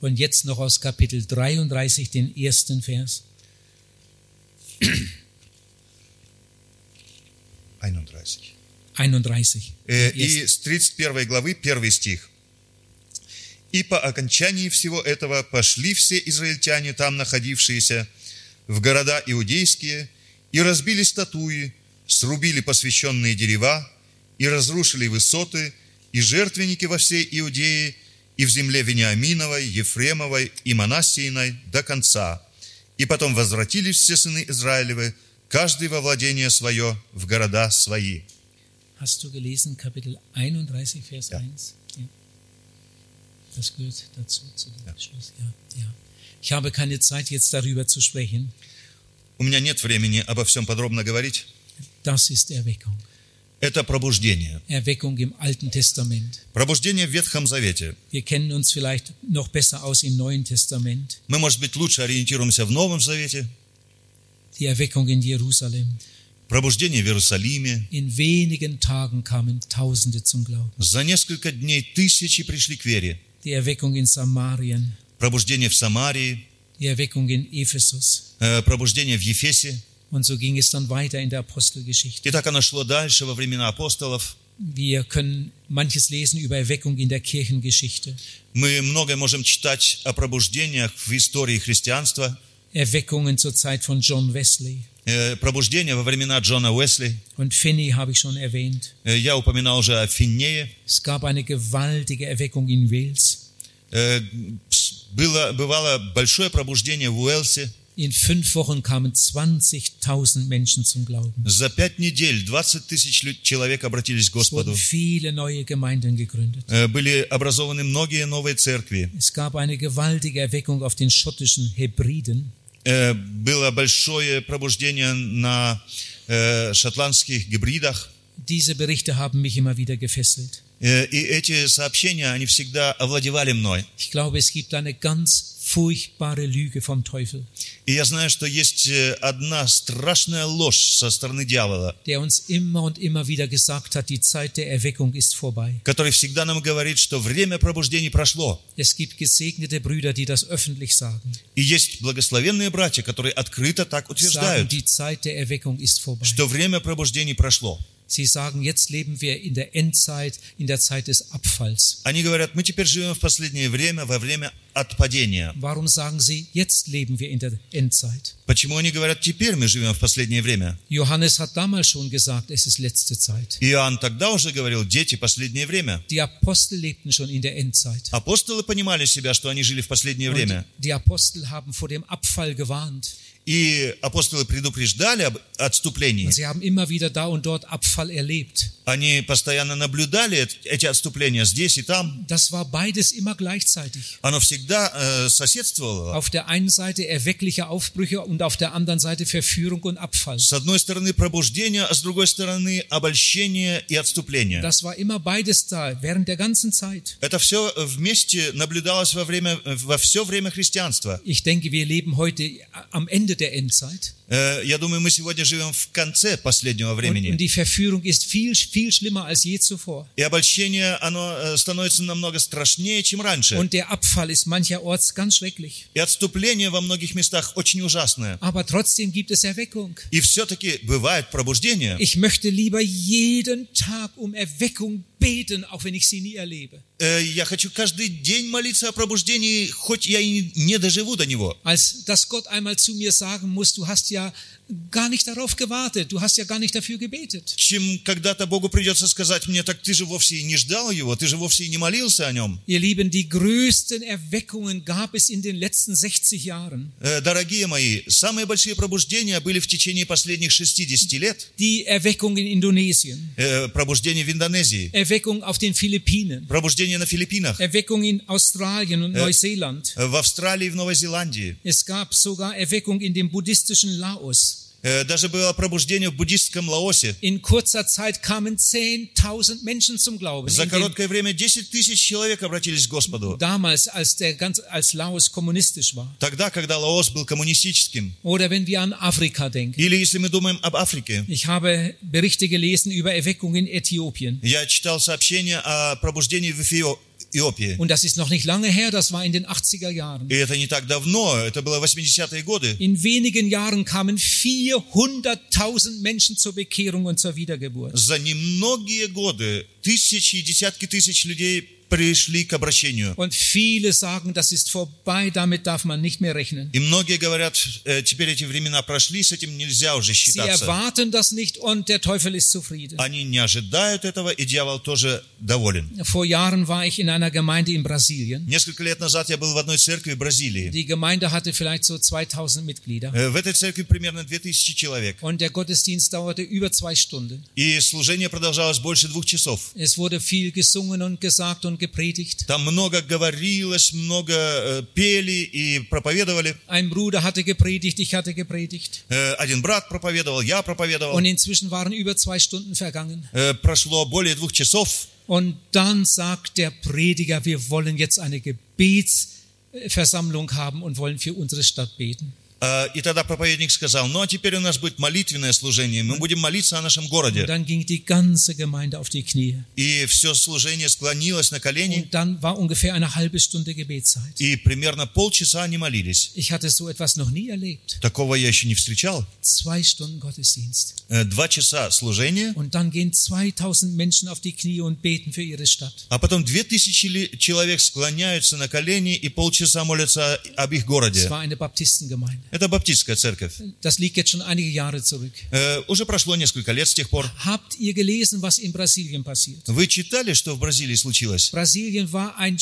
Speaker 1: Und jetzt noch aus Kapitel 33, den ersten Vers.
Speaker 2: 31.
Speaker 1: 31.
Speaker 2: Э,
Speaker 1: den ersten.
Speaker 2: И с 31 главы, 1 стих. «И по окончании всего этого пошли все израильтяне, там находившиеся, в города иудейские, и разбили статуи, срубили посвященные дерева, и разрушили высоты, и жертвенники во всей Иудее, и в земле Вениаминовой, Ефремовой и Манасииной до конца. И потом возвратились все сыны Израилевы, каждый во владение свое, в города свои».
Speaker 1: Hast du gelesen, Kapitel 31, Vers
Speaker 2: Ja.
Speaker 1: 1? Ja. Das gehört dazu, zu dem Schluss. Ja, ja. Ich habe keine Zeit, jetzt darüber zu sprechen.
Speaker 2: У меня нет времени обо всем подробно говорить.
Speaker 1: Das ist Erweckung.
Speaker 2: Это пробуждение.
Speaker 1: Erweckung im Alten Testament.
Speaker 2: Пробуждение в Ветхом Завете.
Speaker 1: Wir kennen uns vielleicht noch besser aus im Neuen Testament.
Speaker 2: Мы, может быть, лучше ориентируемся в Новом Завете.
Speaker 1: Die Erweckung in Jerusalem.
Speaker 2: Пробуждение в Иерусалиме.
Speaker 1: In wenigen Tagen kamen Tausende zum Glauben.
Speaker 2: За несколько дней тысячи пришли к вере.
Speaker 1: Die Erweckung in Samarien.
Speaker 2: Пробуждение в Самарии,
Speaker 1: Die Erweckung in Ephesus.
Speaker 2: э, пробуждение в Ефесе.
Speaker 1: Und so ging es dann weiter in der Apostelgeschichte.
Speaker 2: И так оно шло дальше во времена апостолов.
Speaker 1: Wir können manches lesen über Erweckung in der Kirchengeschichte.
Speaker 2: Мы многое можем читать о пробуждениях в истории христианства.
Speaker 1: Erweckungen zur Zeit von John Wesley.
Speaker 2: Э, Пробуждение во времена Джона Уэсли.
Speaker 1: Und Finney habe ich schon erwähnt.
Speaker 2: Э, Я упоминал уже о Финнее.
Speaker 1: Es gab eine gewaltige Erweckung in Wales.
Speaker 2: Э, с- Было, бывало большое пробуждение в Уэлсе.
Speaker 1: In fünf Wochen kamen 20.000 Menschen zum Glauben.
Speaker 2: За пять недель 20 тысяч лю- человек обратились к
Speaker 1: Es wurden
Speaker 2: Господу.
Speaker 1: viele neue Gemeinden gegründet.
Speaker 2: Э, Были образованы многие новые церкви.
Speaker 1: Es gab eine gewaltige Erweckung auf den schottischen Hebriden.
Speaker 2: Э, Было большое пробуждение на э, шотландских гибридах.
Speaker 1: Diese Berichte haben mich immer wieder gefesselt.
Speaker 2: Э, И эти сообщения, они всегда овладевали мной.
Speaker 1: Ich glaube, es gibt eine ganz furchtbare Lüge vom Teufel,
Speaker 2: И я знаю, что есть э, одна страшная ложь со стороны дьявола,
Speaker 1: der uns immer und immer wieder gesagt hat, die Zeit der Erweckung ist vorbei.
Speaker 2: который всегда нам говорит, что время пробуждений прошло.
Speaker 1: Es gibt gesegnete Brüder, die das öffentlich sagen.
Speaker 2: И есть благословенные братья, которые открыто так
Speaker 1: Sagen,
Speaker 2: утверждают,
Speaker 1: die Zeit der Erweckung ist vorbei.
Speaker 2: что время пробуждений прошло.
Speaker 1: Sie sagen, jetzt leben wir in der Endzeit, in der Zeit des Abfalls.
Speaker 2: Они говорят, мы теперь живем в последнее время, во время отпадения.
Speaker 1: Warum sagen sie, jetzt leben wir in der Endzeit?
Speaker 2: Почему они говорят, теперь мы живем в последнее время?
Speaker 1: Johannes hat damals schon gesagt, es ist letzte Zeit.
Speaker 2: Иоанн тогда уже говорил, дети, последнее время.
Speaker 1: Die Apostel lebten schon in der Endzeit.
Speaker 2: Апостолы понимали себя, что они жили в последнее
Speaker 1: Und
Speaker 2: время.
Speaker 1: die Apostel haben vor dem Abfall gewarnt.
Speaker 2: И И апостолы предупреждали об отступлении.
Speaker 1: Und sie haben immer wieder da und dort Abfall erlebt.
Speaker 2: Они постоянно наблюдали эт- эти отступления здесь и там.
Speaker 1: Das war beides immer gleichzeitig.
Speaker 2: Оно всегда э, соседствовало.
Speaker 1: Auf der einen Seite erweckliche Aufbrüche und auf der anderen Seite Verführung und Abfall.
Speaker 2: С одной стороны пробуждение, а с другой стороны обольщение и отступление.
Speaker 1: Das war immer beides da, während der ganzen Zeit.
Speaker 2: Это все вместе наблюдалось во, время, во все время христианства.
Speaker 1: Ich denke, wir leben heute am Ende der Endzeit.
Speaker 2: Э, Я думаю, мы сегодня живем в конце последнего
Speaker 1: Und, und
Speaker 2: времени.
Speaker 1: die Verführung ist viel, viel schlimmer als je zuvor.
Speaker 2: И обольщение, оно э, становится намного страшнее, чем раньше.
Speaker 1: Und der Abfall ist mancherorts ganz schrecklich.
Speaker 2: И отступление во многих местах очень ужасное.
Speaker 1: Aber trotzdem gibt es Erweckung.
Speaker 2: И все-таки бывает пробуждение.
Speaker 1: Ich möchte lieber jeden Tag um Erweckung beten, auch wenn ich sie nie erlebe,
Speaker 2: Э, Я хочу каждый день молиться о пробуждении, хоть я и не- не доживу до него.
Speaker 1: als dass Gott einmal zu mir sagen muss, du hast ja gar nicht darauf gewartet, du hast ja gar nicht dafür gebetet.
Speaker 2: Чем когда-то Богу придется сказать мне, так ты же вовсе и не ждал его, ты же вовсе и не молился о нем.
Speaker 1: Ihr Lieben, die größten Erweckungen gab es in den letzten 60 Jahren.
Speaker 2: Э, Дорогие мои, самые большие пробуждения были в течение последних 60 лет.
Speaker 1: Die Erweckung in Indonesien,
Speaker 2: Э, Пробуждение в Индонезии,
Speaker 1: Erweckung auf den Philippinen,
Speaker 2: пробуждение на Филиппинах,
Speaker 1: Erweckung in Australien und Neuseeland.
Speaker 2: э, в Австралии и в Новой Зеландии.
Speaker 1: Es gab sogar Erweckung in dem buddhistischen Laos.
Speaker 2: Э, Даже было пробуждение в буддистском Лаосе.
Speaker 1: In kurzer Zeit kamen 10.000 Menschen zum Glauben.
Speaker 2: За
Speaker 1: In den
Speaker 2: короткое время 10 тысяч человек обратились к Господу.
Speaker 1: damals, als, der ganz, als Laos kommunistisch war.
Speaker 2: Тогда, когда Лаос был коммунистическим.
Speaker 1: Oder wenn wir an Afrika denken.
Speaker 2: Или если мы думаем об Африке.
Speaker 1: Ich habe Berichte gelesen über Erweckung in Äthiopien.
Speaker 2: Я читал сообщение о пробуждении в Эфио- Эфиопии.
Speaker 1: Und das ist noch nicht lange her, das war in den 80er Jahren.
Speaker 2: И это не так давно, это было 80-е годы.
Speaker 1: In wenigen Jahren kamen 400.000 Menschen zur Bekehrung und zur Wiedergeburt.
Speaker 2: За немногие годы тысячи и десятки тысяч людей пришли к обращению.
Speaker 1: Und viele sagen, das ist vorbei, damit darf man nicht mehr rechnen.
Speaker 2: И многие говорят, «Э, теперь эти времена прошли, с этим нельзя уже
Speaker 1: Sie
Speaker 2: считаться.
Speaker 1: erwarten das nicht und der Teufel ist zufrieden.
Speaker 2: Они не ожидают этого, и дьявол тоже доволен.
Speaker 1: Vor Jahren war ich in einer Gemeinde in Brasilien.
Speaker 2: Несколько лет назад я был в одной церкви в Бразилии.
Speaker 1: Die Gemeinde hatte vielleicht so 2000 Mitglieder.
Speaker 2: Э, В этой церкви примерно 2000 человек.
Speaker 1: Und der Gottesdienst dauerte über zwei Stunden.
Speaker 2: И служение продолжалось больше двух часов.
Speaker 1: Es wurde viel gesungen und gesagt und gepredigt.
Speaker 2: Там много говорилось, много э, пели и проповедовали.
Speaker 1: Ein Bruder hatte gepredigt, ich hatte gepredigt.
Speaker 2: Э, Один брат проповедовал, я проповедовал.
Speaker 1: Und inzwischen waren über zwei Stunden vergangen.
Speaker 2: Э, Прошло более двух часов.
Speaker 1: Und dann sagt der Prediger, wir wollen jetzt eine Gebetsversammlung haben und wollen für unsere Stadt beten.
Speaker 2: Э, И тогда проповедник сказал, ну а теперь у нас будет молитвенное служение, мы будем молиться о нашем
Speaker 1: Und
Speaker 2: городе.
Speaker 1: dann ging die ganze Gemeinde auf die Knie.
Speaker 2: И все служение склонилось на колени,
Speaker 1: Und dann war ungefähr eine halbe Stunde Gebetszeit.
Speaker 2: и примерно полчаса они молились.
Speaker 1: Ich hatte so etwas noch nie erlebt.
Speaker 2: Такого я еще не встречал.
Speaker 1: Zwei Stunden Gottesdienst.
Speaker 2: Э, Два часа служения,
Speaker 1: Und dann gehen 2000 Menschen auf die Knie und beten für ihre Stadt.
Speaker 2: а потом две тысячи ли- человек склоняются на колени и полчаса молятся об их
Speaker 1: Es
Speaker 2: городе.
Speaker 1: war eine Baptistengemeinde.
Speaker 2: Это баптистская церковь.
Speaker 1: Das liegt jetzt schon einige Jahre zurück.
Speaker 2: Э, Уже прошло несколько лет с тех пор.
Speaker 1: Habt ihr gelesen, was in Brasilien passiert?
Speaker 2: Вы читали, что в Бразилии случилось?
Speaker 1: Brasilien war ein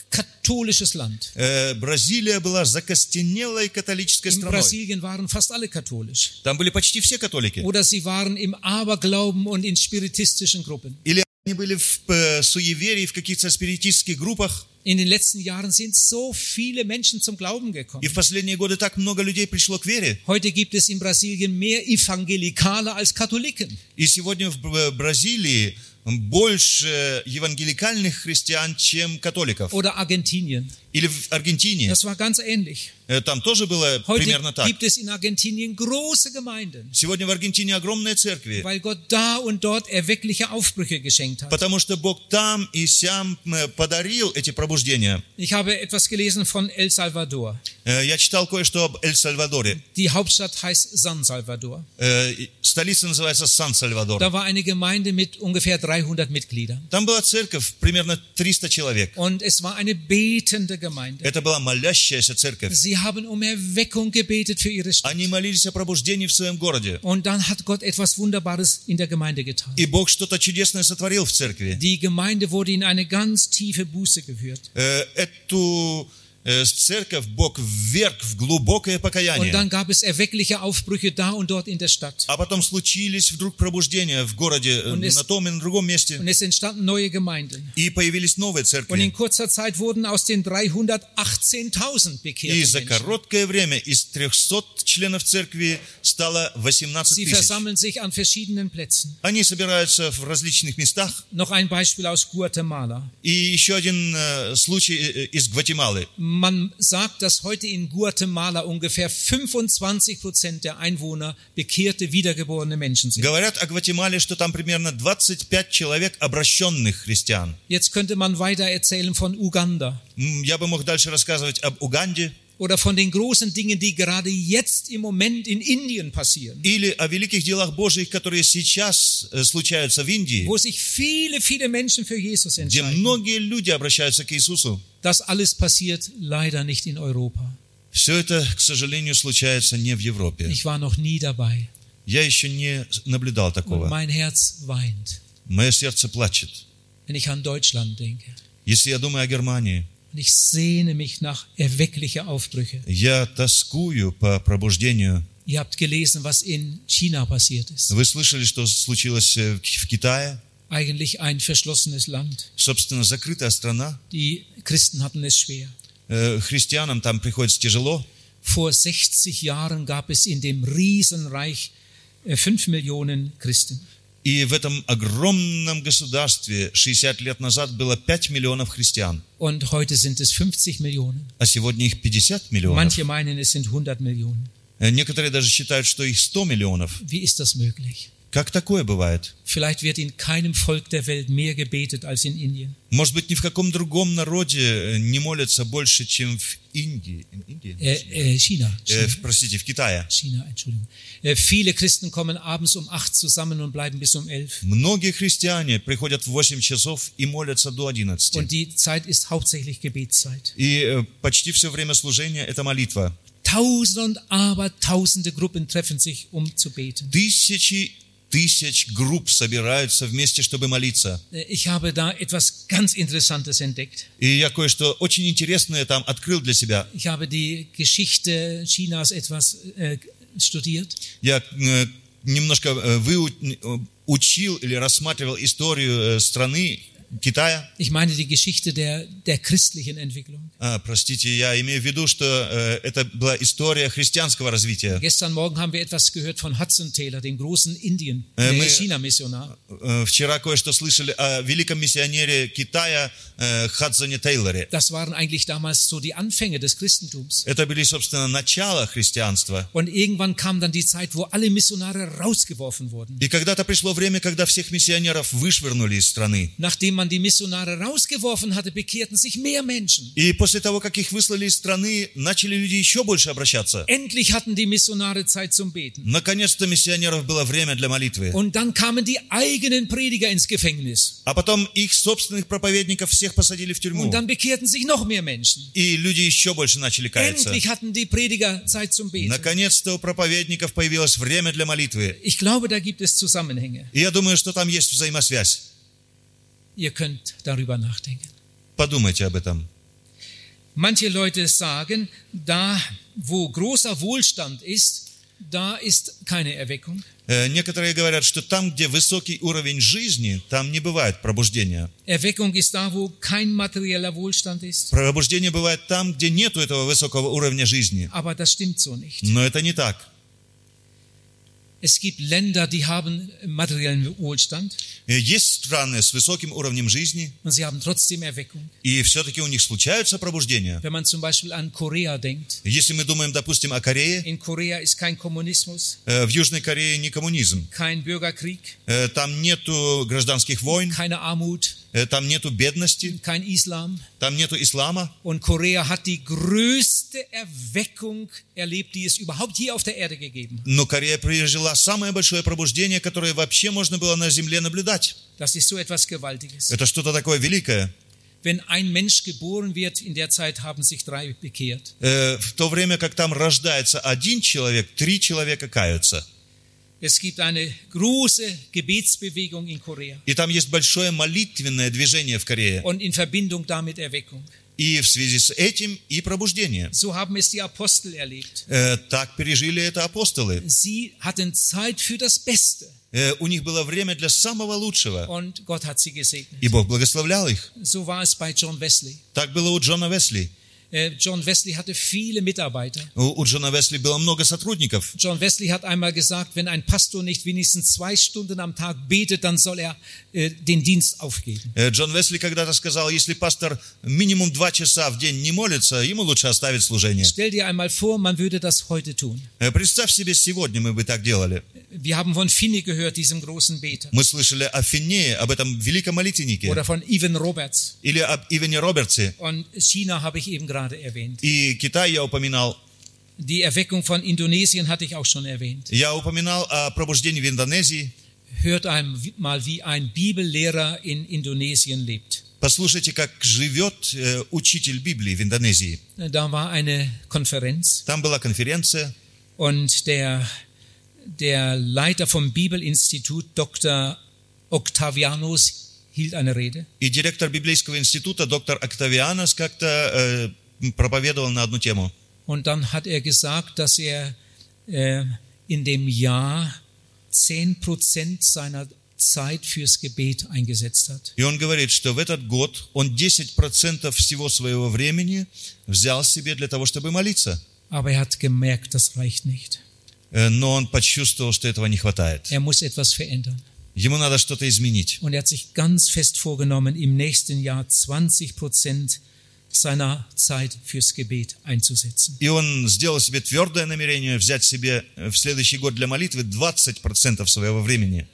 Speaker 1: stockkatholisches Land.
Speaker 2: Э, Бразилия была закостенелой католической
Speaker 1: In
Speaker 2: страной.
Speaker 1: Brasilien waren fast alle katholisch.
Speaker 2: Там были почти все католики.
Speaker 1: Oder sie waren im Aberglauben und in spiritistischen Gruppen.
Speaker 2: Или они были в э, суеверии, в каких-то спиритистских группах.
Speaker 1: In den letzten Jahren sind so viele Menschen zum Glauben
Speaker 2: И
Speaker 1: gekommen.
Speaker 2: в последние годы так много людей пришло к вере.
Speaker 1: Heute gibt es in Brasilien mehr Evangelikale als Katholiken.
Speaker 2: И сегодня в Б- Бразилии больше евангеликальных христиан, чем католиков.
Speaker 1: Oder Argentinien.
Speaker 2: Или в Аргентине.
Speaker 1: Das war ganz ähnlich.
Speaker 2: Э, Там тоже было примерно
Speaker 1: Heute
Speaker 2: так.
Speaker 1: gibt es in Argentinien große Gemeinden,
Speaker 2: Сегодня в Аргентине огромные церкви.
Speaker 1: weil Gott da und dort erweckliche Aufbrüche geschenkt hat.
Speaker 2: Потому что Бог там и сям э, подарил эти пробуждения.
Speaker 1: Ich habe etwas gelesen von El Salvador.
Speaker 2: Э, Я читал кое-что об Эль-Сальвадоре.
Speaker 1: Die Hauptstadt heißt San Salvador.
Speaker 2: Э, и Столица называется Сан-Сальвадор.
Speaker 1: Da war eine Gemeinde mit ungefähr 300 Mitgliedern.
Speaker 2: Там была церковь, примерно 300 человек.
Speaker 1: Und es war eine betende Gemeinde.
Speaker 2: Это была молящаяся церковь.
Speaker 1: Sie haben um Erweckung gebetet für ihre Stadt.
Speaker 2: Они молились о пробуждении в своем городе.
Speaker 1: Und dann hat Gott etwas Wunderbares in der Gemeinde getan.
Speaker 2: И Бог что-то чудесное сотворил в церкви.
Speaker 1: Die Gemeinde wurde in eine ganz tiefe Buße geführt.
Speaker 2: Э, Эту э, церковь Бог вверг в глубокое
Speaker 1: Und
Speaker 2: покаяние.
Speaker 1: dann gab es erweckliche Aufbrüche da und dort in der Stadt.
Speaker 2: А потом случились вдруг пробуждения в городе, э,
Speaker 1: Und es-
Speaker 2: на том и на другом месте.
Speaker 1: Und es entstanden neue Gemeinden.
Speaker 2: И появились новые
Speaker 1: Und in
Speaker 2: церкви.
Speaker 1: kurzer Zeit wurden aus den 318.000
Speaker 2: И
Speaker 1: bekehrte
Speaker 2: за
Speaker 1: Menschen.
Speaker 2: короткое время из 300 членов церкви стало 18
Speaker 1: Sie
Speaker 2: тысяч.
Speaker 1: versammeln sich an verschiedenen Plätzen.
Speaker 2: Они собираются в различных местах.
Speaker 1: Noch ein Beispiel aus Guatemala.
Speaker 2: И еще один э, случай э, из Гватемалы.
Speaker 1: Man sagt, dass heute in Guatemala ungefähr 25 Prozent der Einwohner bekehrte, wiedergeborene Menschen sind.
Speaker 2: Говорят о Гватемале, что там примерно 25 человек обращенных христиан.
Speaker 1: Jetzt könnte man weiter erzählen von Uganda
Speaker 2: М, Я бы мог дальше рассказывать об Уганде
Speaker 1: oder von den großen Dingen, die gerade jetzt im Moment in Indien passieren,
Speaker 2: или о великих делах Божьих, которые сейчас э, случаются в Индии,
Speaker 1: wo sich viele, viele Menschen für Jesus
Speaker 2: где
Speaker 1: entscheiden.
Speaker 2: многие люди обращаются к Иисусу.
Speaker 1: Das alles passiert leider nicht in Europa.
Speaker 2: Все это, к сожалению, случается не в Европе.
Speaker 1: Ich war noch nie dabei
Speaker 2: Я еще не наблюдал
Speaker 1: und
Speaker 2: такого.
Speaker 1: mein Herz weint,
Speaker 2: Мое сердце плачет.
Speaker 1: wenn ich an Deutschland denke.
Speaker 2: Если я думаю о Германии,
Speaker 1: Und ich sehne mich nach erwecklicher Aufbrüche.
Speaker 2: я тоскую по пробуждению.
Speaker 1: Ihr habt gelesen, was in China passiert ist.
Speaker 2: Вы слышали, что случилось э, в Ки- в Китае?
Speaker 1: Eigentlich ein verschlossenes Land.
Speaker 2: Собственно, закрытая страна.
Speaker 1: Die Christen hatten es schwer.
Speaker 2: Э, Христианам там приходится тяжело.
Speaker 1: Vor 60 Jahren gab es in dem Riesenreich äh, 5 Millionen Christen.
Speaker 2: И в этом огромном государстве 60 лет назад было 5 миллионов христиан,
Speaker 1: Und heute sind es 50 Millionen.
Speaker 2: а сегодня их 50 миллионов.
Speaker 1: Manche meinen, es sind 100 Millionen.
Speaker 2: Э, Некоторые даже считают, что их 100 миллионов.
Speaker 1: Wie ist das möglich?
Speaker 2: Как такое бывает?
Speaker 1: Vielleicht wird in keinem Volk der Welt mehr gebetet als in Indien.
Speaker 2: Может быть, ни в каком другом народе э, не молятся больше, чем в Индии. в Индии?
Speaker 1: Äh, äh, China.
Speaker 2: Э,
Speaker 1: China.
Speaker 2: в- простите, в Китае.
Speaker 1: China, Entschuldigung. Äh, viele Christen kommen abends um acht zusammen und bleiben bis um elf.
Speaker 2: Многие христиане приходят в 8 часов и молятся до 11.
Speaker 1: Und die Zeit ist hauptsächlich Gebetszeit.
Speaker 2: И э, почти все время служения – это молитва.
Speaker 1: Tausende und Abertausende Gruppen treffen sich, um zu beten.
Speaker 2: Тысячи тысяч групп собираются вместе, чтобы молиться.
Speaker 1: Äh, Ich habe da etwas ganz Interessantes entdeckt.
Speaker 2: И я кое-что очень интересное там открыл для себя.
Speaker 1: Ich habe die Geschichte Chinas etwas äh, studiert.
Speaker 2: Я э, немножко э, выучил или рассматривал историю э, страны Китая.
Speaker 1: Ich meine die Geschichte der, der christlichen Entwicklung.
Speaker 2: А, простите, я имею в виду, что э, это была история христианского развития.
Speaker 1: Gestern Morgen haben wir etwas gehört von Hudson Taylor, dem großen Indien,
Speaker 2: Äh,
Speaker 1: der
Speaker 2: mir-
Speaker 1: China-Missionar.
Speaker 2: Э, Вчера кое-что слышали о великом миссионере Китая э, Хадзоне Тейлоре.
Speaker 1: Das waren eigentlich damals so die Anfänge des Christentums.
Speaker 2: Это были, собственно, начало христианства.
Speaker 1: Und irgendwann kam dann die Zeit, wo alle Missionare rausgeworfen wurden.
Speaker 2: И когда-то пришло время, когда всех миссионеров вышвырнули из страны.
Speaker 1: Nachdem man die Missionare rausgeworfen hatte, bekehrten sich mehr Menschen.
Speaker 2: И после того, как их выслали из страны, начали люди еще больше обращаться.
Speaker 1: Endlich hatten die Missionare Zeit zum Beten.
Speaker 2: Наконец-то миссионеров было время для молитвы.
Speaker 1: Und dann kamen die eigenen Prediger ins Gefängnis.
Speaker 2: А потом их собственных проповедников всех посадили в тюрьму.
Speaker 1: Und dann bekehrten sich noch mehr Menschen.
Speaker 2: И люди еще больше начали каяться.
Speaker 1: Endlich hatten die Prediger Zeit zum Beten.
Speaker 2: Наконец-то у проповедников появилось время для молитвы.
Speaker 1: Ich glaube, da gibt es Zusammenhänge.
Speaker 2: И я думаю, что там есть взаимосвязь.
Speaker 1: Ihr könnt darüber nachdenken.
Speaker 2: Подумайте об этом.
Speaker 1: Manche Leute sagen, da wo großer Wohlstand ist, da ist keine Erweckung.
Speaker 2: Э, Некоторые говорят, что там, где высокий уровень жизни, там не бывает пробуждения.
Speaker 1: Erweckung ist da, wo kein materieller Wohlstand ist.
Speaker 2: Пробуждение бывает там, где нету этого высокого уровня жизни.
Speaker 1: Aber das stimmt so nicht.
Speaker 2: Но это не так.
Speaker 1: Es gibt Länder, die haben materiellen Wohlstand
Speaker 2: Э, Есть страны с высоким уровнем жизни,
Speaker 1: und sie haben trotzdem Erweckung.
Speaker 2: и все-таки у них случаются пробуждения.
Speaker 1: Wenn man zum Beispiel an Korea denkt,
Speaker 2: Если мы думаем, допустим, о Корее,
Speaker 1: in Korea ist kein Kommunismus,
Speaker 2: э, в Южной Корее не коммунизм.
Speaker 1: kein Bürgerkrieg,
Speaker 2: Э, Там нету гражданских войн,
Speaker 1: keine Armut,
Speaker 2: э, там нету бедности,
Speaker 1: kein Islam.
Speaker 2: там нету ислама.
Speaker 1: Und Korea hat die größte Erweckung erlebt, die es überhaupt hier auf der Erde gegeben hat.
Speaker 2: Но Корея пережила самое большое пробуждение, которое вообще можно было на Земле наблюдать.
Speaker 1: Das ist so etwas Gewaltiges.
Speaker 2: Это что-то такое великое.
Speaker 1: Wenn ein Mensch geboren wird, in der Zeit haben sich drei bekehrt.
Speaker 2: Э, В то время, как там рождается один человек, три человека каются.
Speaker 1: Es gibt eine große Gebetsbewegung in Korea
Speaker 2: И там есть большое молитвенное движение в Корее.
Speaker 1: und in Verbindung damit Erweckung.
Speaker 2: И в связи с этим и пробуждение.
Speaker 1: So haben es die Apostel erlebt.
Speaker 2: Э, Так пережили это апостолы.
Speaker 1: Sie hatten Zeit für das Beste
Speaker 2: Э, У них было время для самого лучшего.
Speaker 1: und Gott hat sie gesegnet.
Speaker 2: И Бог благословлял их.
Speaker 1: So war es bei John Wesley.
Speaker 2: Так было у Джона Весли.
Speaker 1: Äh, John Wesley hatte viele Mitarbeiter.
Speaker 2: У у Джона Весли было много сотрудников.
Speaker 1: John Wesley hat einmal gesagt, wenn ein Pastor nicht wenigstens zwei Stunden am Tag betet, dann soll er äh, den Dienst aufgeben.
Speaker 2: Э, Джон Весли когда-то сказал, если пастор минимум два часа в день не молится, ему лучше оставить служение.
Speaker 1: Stell dir einmal vor, man würde das heute tun.
Speaker 2: Э, Представь себе, сегодня мы бы так делали.
Speaker 1: Wir haben von Finney gehört, diesem großen Beter,
Speaker 2: Мы слышали о Финнее, об этом великом молитвеннике,
Speaker 1: oder von Evan Roberts.
Speaker 2: или об Ивене Робертсе.
Speaker 1: Und China habe ich eben gerade erwähnt.
Speaker 2: И Китай я упоминал.
Speaker 1: Die Erweckung von Indonesien hatte ich auch schon erwähnt.
Speaker 2: Я упоминал о пробуждении в Индонезии.
Speaker 1: Hört einem mal, wie ein Bibellehrer in Indonesien lebt.
Speaker 2: Послушайте, как живет э, учитель Библии в Индонезии.
Speaker 1: Da war eine Konferenz
Speaker 2: Там была конференция,
Speaker 1: und der, der Leiter vom Bibelinstitut, Dr. Octavianus, hielt eine Rede.
Speaker 2: и директор библейского института доктор Октавианос как-то э, проповедовал на одну тему.
Speaker 1: Und dann hat er gesagt, dass er äh, in dem Jahr 10 Prozent seiner Zeit fürs Gebet eingesetzt hat.
Speaker 2: И он говорит, что в этот год он 10% всего своего времени взял себе для того, чтобы молиться.
Speaker 1: Aber er hat gemerkt, das reicht nicht.
Speaker 2: Э, Но он почувствовал, что этого не хватает.
Speaker 1: Er muss etwas verändern.
Speaker 2: Ему надо что-то изменить.
Speaker 1: Und er hat sich ganz fest vorgenommen, im nächsten Jahr 20 Prozent seiner Zeit fürs Gebet einzusetzen.
Speaker 2: И он сделал себе твердое намерение взять себе э, в следующий год для молитвы 20% своего времени.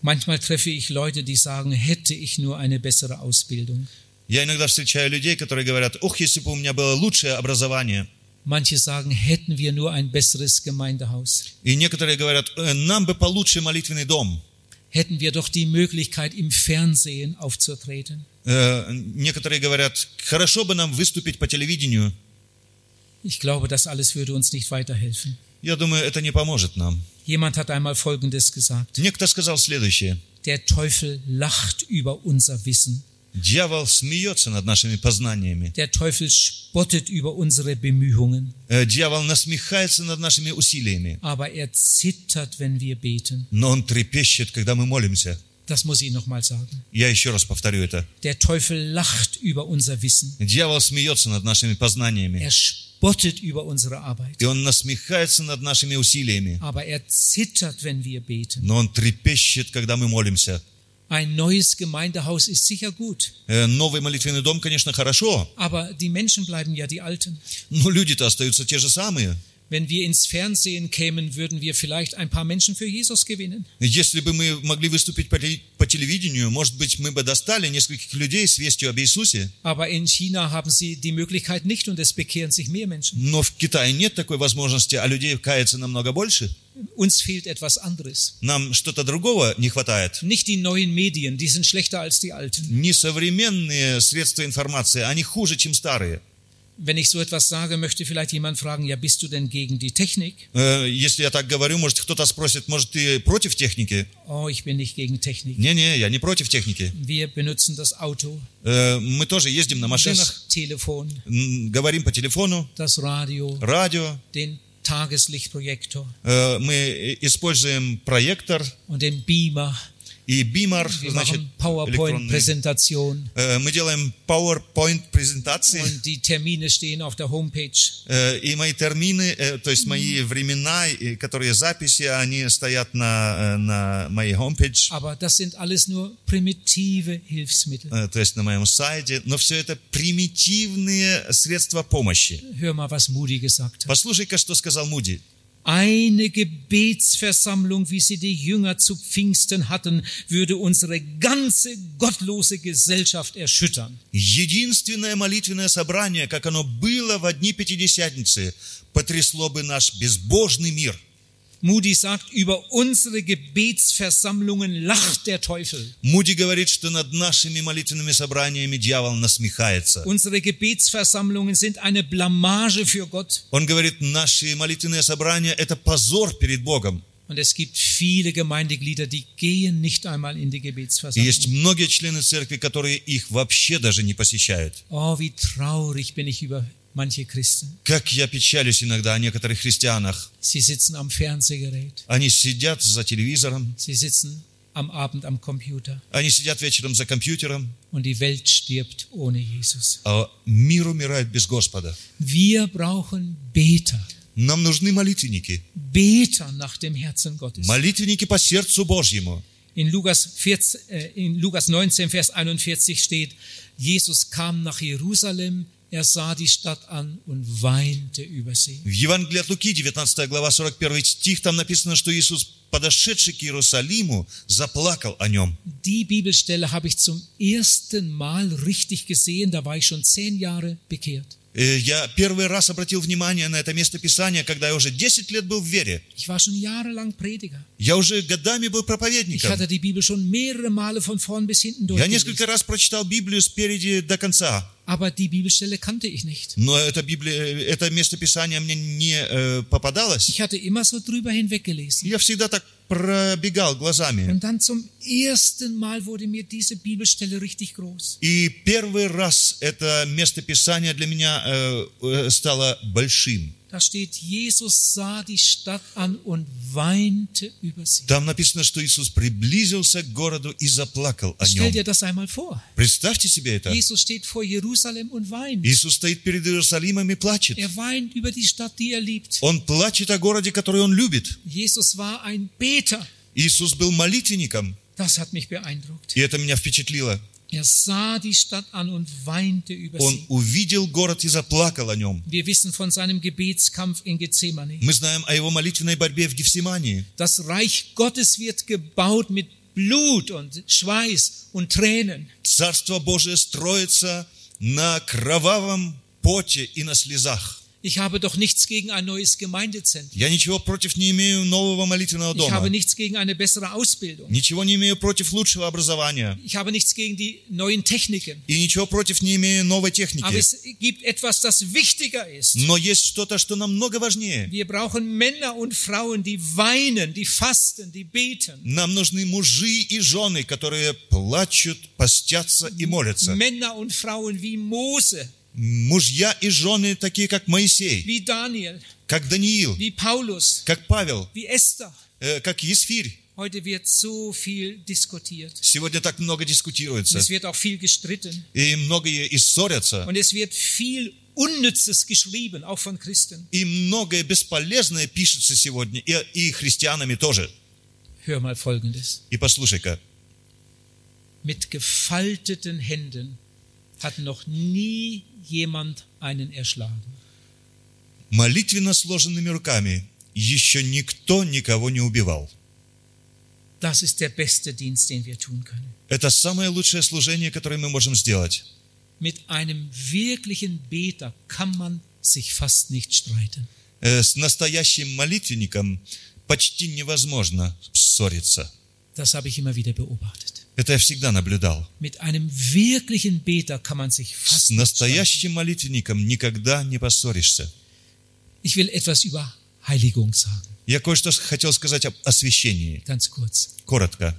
Speaker 1: Manchmal treffe ich Leute, die sagen, hätte ich nur eine bessere Ausbildung.
Speaker 2: Я иногда встречаю людей, которые говорят, ох, если бы у меня было лучшее образование.
Speaker 1: Manche sagen, hätten wir nur ein besseres Gemeindehaus.
Speaker 2: И некоторые говорят, «Э, нам бы получше молитвенный дом.
Speaker 1: hätten wir doch die Möglichkeit, im Fernsehen aufzutreten.
Speaker 2: Э, Некоторые говорят, хорошо бы нам выступить по телевидению.
Speaker 1: Ich glaube, das alles würde uns nicht weiterhelfen.
Speaker 2: Я думаю, это не поможет нам.
Speaker 1: Jemand hat einmal Folgendes gesagt.
Speaker 2: Некто сказал следующее.
Speaker 1: Der Teufel lacht über unser Wissen.
Speaker 2: Дьявол смеется над нашими познаниями.
Speaker 1: Der Teufel spottet über unsere Bemühungen.
Speaker 2: Э, Дьявол насмехается над нашими усилиями.
Speaker 1: Aber er zittert, wenn wir beten.
Speaker 2: Но он трепещет, когда мы молимся.
Speaker 1: Das muss ich nochmal sagen.
Speaker 2: Я еще раз повторю это.
Speaker 1: Der Teufel lacht über unser Wissen.
Speaker 2: Дьявол смеется над нашими познаниями.
Speaker 1: Er spottet über unsere Arbeit.
Speaker 2: И он насмехается над нашими усилиями.
Speaker 1: Aber er zittert, wenn wir beten.
Speaker 2: Но он трепещет, когда мы молимся.
Speaker 1: Ein neues Gemeindehaus ist sicher gut.
Speaker 2: Э, Новый молитвенный дом, конечно, хорошо,
Speaker 1: Aber die Menschen bleiben ja die Alten.
Speaker 2: но люди-то остаются те же самые.
Speaker 1: Wenn wir ins Fernsehen kämen, würden wir vielleicht ein paar Menschen für Jesus gewinnen.
Speaker 2: Если бы мы могли выступить по теле- по телевидению, может быть, мы бы достали нескольких людей с вестью об Иисусе,
Speaker 1: Aber in China haben sie die Möglichkeit nicht und es bekehren sich mehr Menschen.
Speaker 2: но в Китае нет такой возможности, а людей кается намного больше.
Speaker 1: Uns fehlt etwas anderes.
Speaker 2: Нам что-то другого не хватает.
Speaker 1: Nicht die neuen Medien, die sind schlechter als die alten.
Speaker 2: Несовременные средства информации, они хуже, чем старые.
Speaker 1: Wenn ich so etwas sage, möchte vielleicht jemand fragen, ja, bist du denn gegen die Technik?
Speaker 2: Э, Если я так говорю, может, кто-то спросит, может, ты против техники?
Speaker 1: Oh, ich bin nicht gegen Technik.
Speaker 2: Не-не, я не против техники.
Speaker 1: Wir benutzen das Auto,
Speaker 2: Э, Мы тоже ездим на машинах,
Speaker 1: das Telefon,
Speaker 2: м, говорим по телефону,
Speaker 1: das Radio,
Speaker 2: радио,
Speaker 1: den Tageslichtprojektor
Speaker 2: Э, мы э, используем проектор
Speaker 1: und den Beamer.
Speaker 2: и бимар,
Speaker 1: Wir
Speaker 2: значит,
Speaker 1: machen
Speaker 2: электронный.
Speaker 1: PowerPoint-Präsentation.
Speaker 2: Э, Мы делаем PowerPoint презентации, э,
Speaker 1: Und die Termine stehen auf der Homepage.
Speaker 2: и мои термины, э, то есть мои времена, и которые записи, они стоят на, э, на моей homepage,
Speaker 1: Aber das sind alles nur primitive Hilfsmittel.
Speaker 2: э, то есть на моем сайте, но все это примитивные средства помощи.
Speaker 1: Hör mal, was Moody gesagt hat.
Speaker 2: Послушай-ка, что сказал Муди.
Speaker 1: Eine Gebetsversammlung, wie sie die Jünger zu Pfingsten hatten, würde unsere ganze gottlose Gesellschaft erschüttern.
Speaker 2: Единственное молитвенное собрание, как оно было в одни Пятидесятницы, потрясло бы наш безбожный мир.
Speaker 1: Moody sagt, über unsere Gebetsversammlungen lacht der Teufel.
Speaker 2: Муди говорит, что над нашими молитвенными собраниями дьявол насмехается.
Speaker 1: Unsere Gebetsversammlungen sind eine Blamage für Gott.
Speaker 2: Он говорит, наши молитвенные собрания – это позор перед Богом.
Speaker 1: Und es gibt viele Gemeindeglieder, die gehen nicht einmal in die
Speaker 2: И
Speaker 1: Gebetsversammlung.
Speaker 2: есть многие члены церкви, которые их вообще даже не посещают.
Speaker 1: Oh, wie traurig bin ich über manche Christen.
Speaker 2: Как я печалюсь иногда о некоторых христианах.
Speaker 1: Sie sitzen am Fernsehgerät.
Speaker 2: Они сидят за телевизором,
Speaker 1: Sie sitzen am Abend am Computer.
Speaker 2: они сидят вечером за компьютером,
Speaker 1: Und die Welt stirbt ohne Jesus.
Speaker 2: а мир умирает без Господа.
Speaker 1: Wir brauchen Beter.
Speaker 2: Нам нужны молитвенники.
Speaker 1: Beter nach dem Herzen Gottes.
Speaker 2: Молитвенники по сердцу Божьему.
Speaker 1: In Lukas, 14, äh, in Lukas 19, Vers 41 steht, Jesus kam nach Jerusalem, er sah die Stadt an und weinte über sie.
Speaker 2: В Евангелии от Луки, 19 глава, 41 стих, там написано, что Иисус, подошедший к Иерусалиму, заплакал о нем.
Speaker 1: Die Bibelstelle habe ich zum ersten Mal richtig gesehen, da war ich schon zehn Jahre bekehrt.
Speaker 2: Э, Я первый раз обратил внимание на это место Писания, когда я уже 10 лет был в вере.
Speaker 1: Ich war schon jahrelang Prediger.
Speaker 2: Я уже годами был
Speaker 1: Ich
Speaker 2: проповедником.
Speaker 1: hatte die Bibel schon mehrere Male von vorn bis hinten
Speaker 2: Я
Speaker 1: durchgelesen.
Speaker 2: несколько раз прочитал Библию спереди до конца,
Speaker 1: Aber die Bibelstelle kannte ich nicht.
Speaker 2: но это, Библия, это место Писания мне не э, попадалось.
Speaker 1: Ich hatte immer so drüber hinweggelesen.
Speaker 2: Я всегда так пробегал глазами.
Speaker 1: Und dann zum ersten Mal wurde mir diese Bibelstelle richtig groß.
Speaker 2: И первый раз это место Писания для меня э, э, стало большим.
Speaker 1: Da steht, Jesus sah die Stadt an und weinte über sie.
Speaker 2: Там написано, что Иисус приблизился к городу и заплакал о
Speaker 1: Stell
Speaker 2: нем.
Speaker 1: dir das einmal vor.
Speaker 2: Представьте себе это.
Speaker 1: Jesus steht vor Jerusalem und weint.
Speaker 2: Иисус стоит перед Иерусалимом и плачет.
Speaker 1: Er weint über die Stadt, die er liebt.
Speaker 2: Он плачет о городе, который он любит.
Speaker 1: Jesus war ein Beter.
Speaker 2: Иисус был молитвенником,
Speaker 1: Das hat mich beeindruckt.
Speaker 2: и это меня впечатлило.
Speaker 1: Er sah die Stadt an und weinte über
Speaker 2: Он
Speaker 1: sie.
Speaker 2: увидел город и заплакал о нем.
Speaker 1: Wir wissen von seinem Gebetskampf in Gethsemane.
Speaker 2: Мы знаем о его молитвенной борьбе в Гефсимании.
Speaker 1: Das Reich Gottes wird gebaut mit Blut und Schweiß und Tränen.
Speaker 2: Царство Божие строится на кровавом поте и на слезах.
Speaker 1: Ich habe doch nichts gegen ein neues Gemeindezentrum.
Speaker 2: Я ничего против не имею нового молитвенного
Speaker 1: Ich habe
Speaker 2: дома.
Speaker 1: nichts gegen eine bessere Ausbildung.
Speaker 2: Ничего не имею против лучшего образования.
Speaker 1: Ich habe nichts gegen die neuen Techniken.
Speaker 2: И ничего против не имею новой
Speaker 1: Aber
Speaker 2: техники.
Speaker 1: es gibt etwas, das wichtiger ist.
Speaker 2: Но есть что-то, что намного важнее.
Speaker 1: Wir brauchen Männer und Frauen, die weinen, die fasten, die beten.
Speaker 2: Нам нужны мужи и жены, которые плачут, постятся и молятся.
Speaker 1: Männer und Frauen wie Mose,
Speaker 2: Мужья и жены, такие как Моисей,
Speaker 1: wie Daniel,
Speaker 2: как Даниил,
Speaker 1: wie Paulus,
Speaker 2: как Павел,
Speaker 1: wie Esther.
Speaker 2: э, как Есфирь.
Speaker 1: Heute wird so viel diskutiert.
Speaker 2: Сегодня так много
Speaker 1: Und
Speaker 2: дискутируется.
Speaker 1: es wird auch viel gestritten.
Speaker 2: И многие и ссорятся.
Speaker 1: Und es wird viel Unnützes geschrieben, auch von Christen.
Speaker 2: И многое бесполезное пишется сегодня, и, и христианами тоже.
Speaker 1: Hör mal Folgendes.
Speaker 2: И послушай-ка,
Speaker 1: Mit gefalteten Händen hat noch nie jemand einen erschlagen.
Speaker 2: молитвенно сложенными руками еще никто никого не убивал.
Speaker 1: Das ist der beste Dienst, den wir tun können.
Speaker 2: Это самое лучшее служение, которое мы можем сделать.
Speaker 1: Mit einem wirklichen Beter kann man sich fast nicht streiten.
Speaker 2: Э, С настоящим молитвенником почти невозможно ссориться.
Speaker 1: Das habe ich immer wieder beobachtet.
Speaker 2: Это я всегда наблюдал.
Speaker 1: Mit einem wirklichen Beter kann man sich
Speaker 2: С
Speaker 1: fast nicht streiten.
Speaker 2: настоящим молитвенником никогда не поссоришься.
Speaker 1: Ich will etwas über Heiligung sagen,
Speaker 2: Я кое-что хотел сказать об освящении.
Speaker 1: ganz kurz.
Speaker 2: Коротко.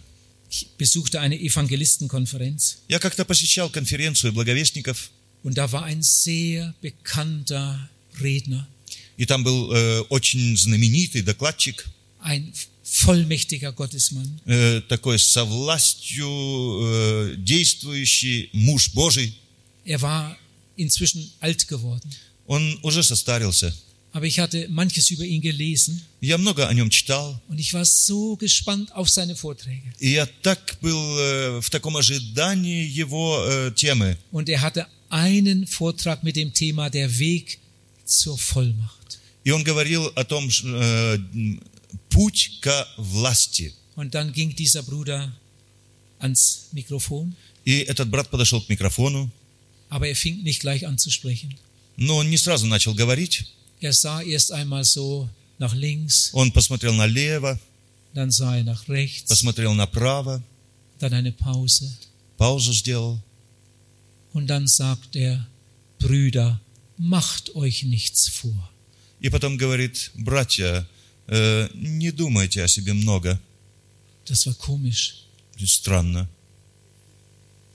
Speaker 1: Ich besuchte eine Evangelistenkonferenz
Speaker 2: Я как-то посещал конференцию благовестников,
Speaker 1: und da war ein sehr bekannter Redner,
Speaker 2: и там был э, очень знаменитый докладчик,
Speaker 1: ein vollmächtiger Gottesmann.
Speaker 2: э, такой со властью э, действующий муж Божий.
Speaker 1: Er war inzwischen alt geworden,
Speaker 2: Он уже состарился.
Speaker 1: aber ich hatte manches über ihn gelesen
Speaker 2: Я много о нем читал,
Speaker 1: Und ich war so gespannt auf seine Vorträge.
Speaker 2: и я так был э, в таком ожидании его э, темы.
Speaker 1: Und er hatte einen Vortrag mit dem Thema Der Weg zur Vollmacht.
Speaker 2: И он говорил о том, ш- э, м, путь ко власти.
Speaker 1: Und dann ging dieser Bruder ans Mikrofon,
Speaker 2: И этот брат подошел к микрофону,
Speaker 1: aber er fing nicht gleich an zu sprechen.
Speaker 2: но он не сразу начал говорить.
Speaker 1: Er sah erst einmal so nach links,
Speaker 2: Он посмотрел налево,
Speaker 1: dann sah er nach rechts,
Speaker 2: посмотрел направо,
Speaker 1: dann eine Pause
Speaker 2: паузу сделал.
Speaker 1: und dann sagt er, Brüder, macht euch nichts vor.
Speaker 2: И потом говорит, братья, э, не думайте о себе много.
Speaker 1: Das war komisch.
Speaker 2: Это Странно.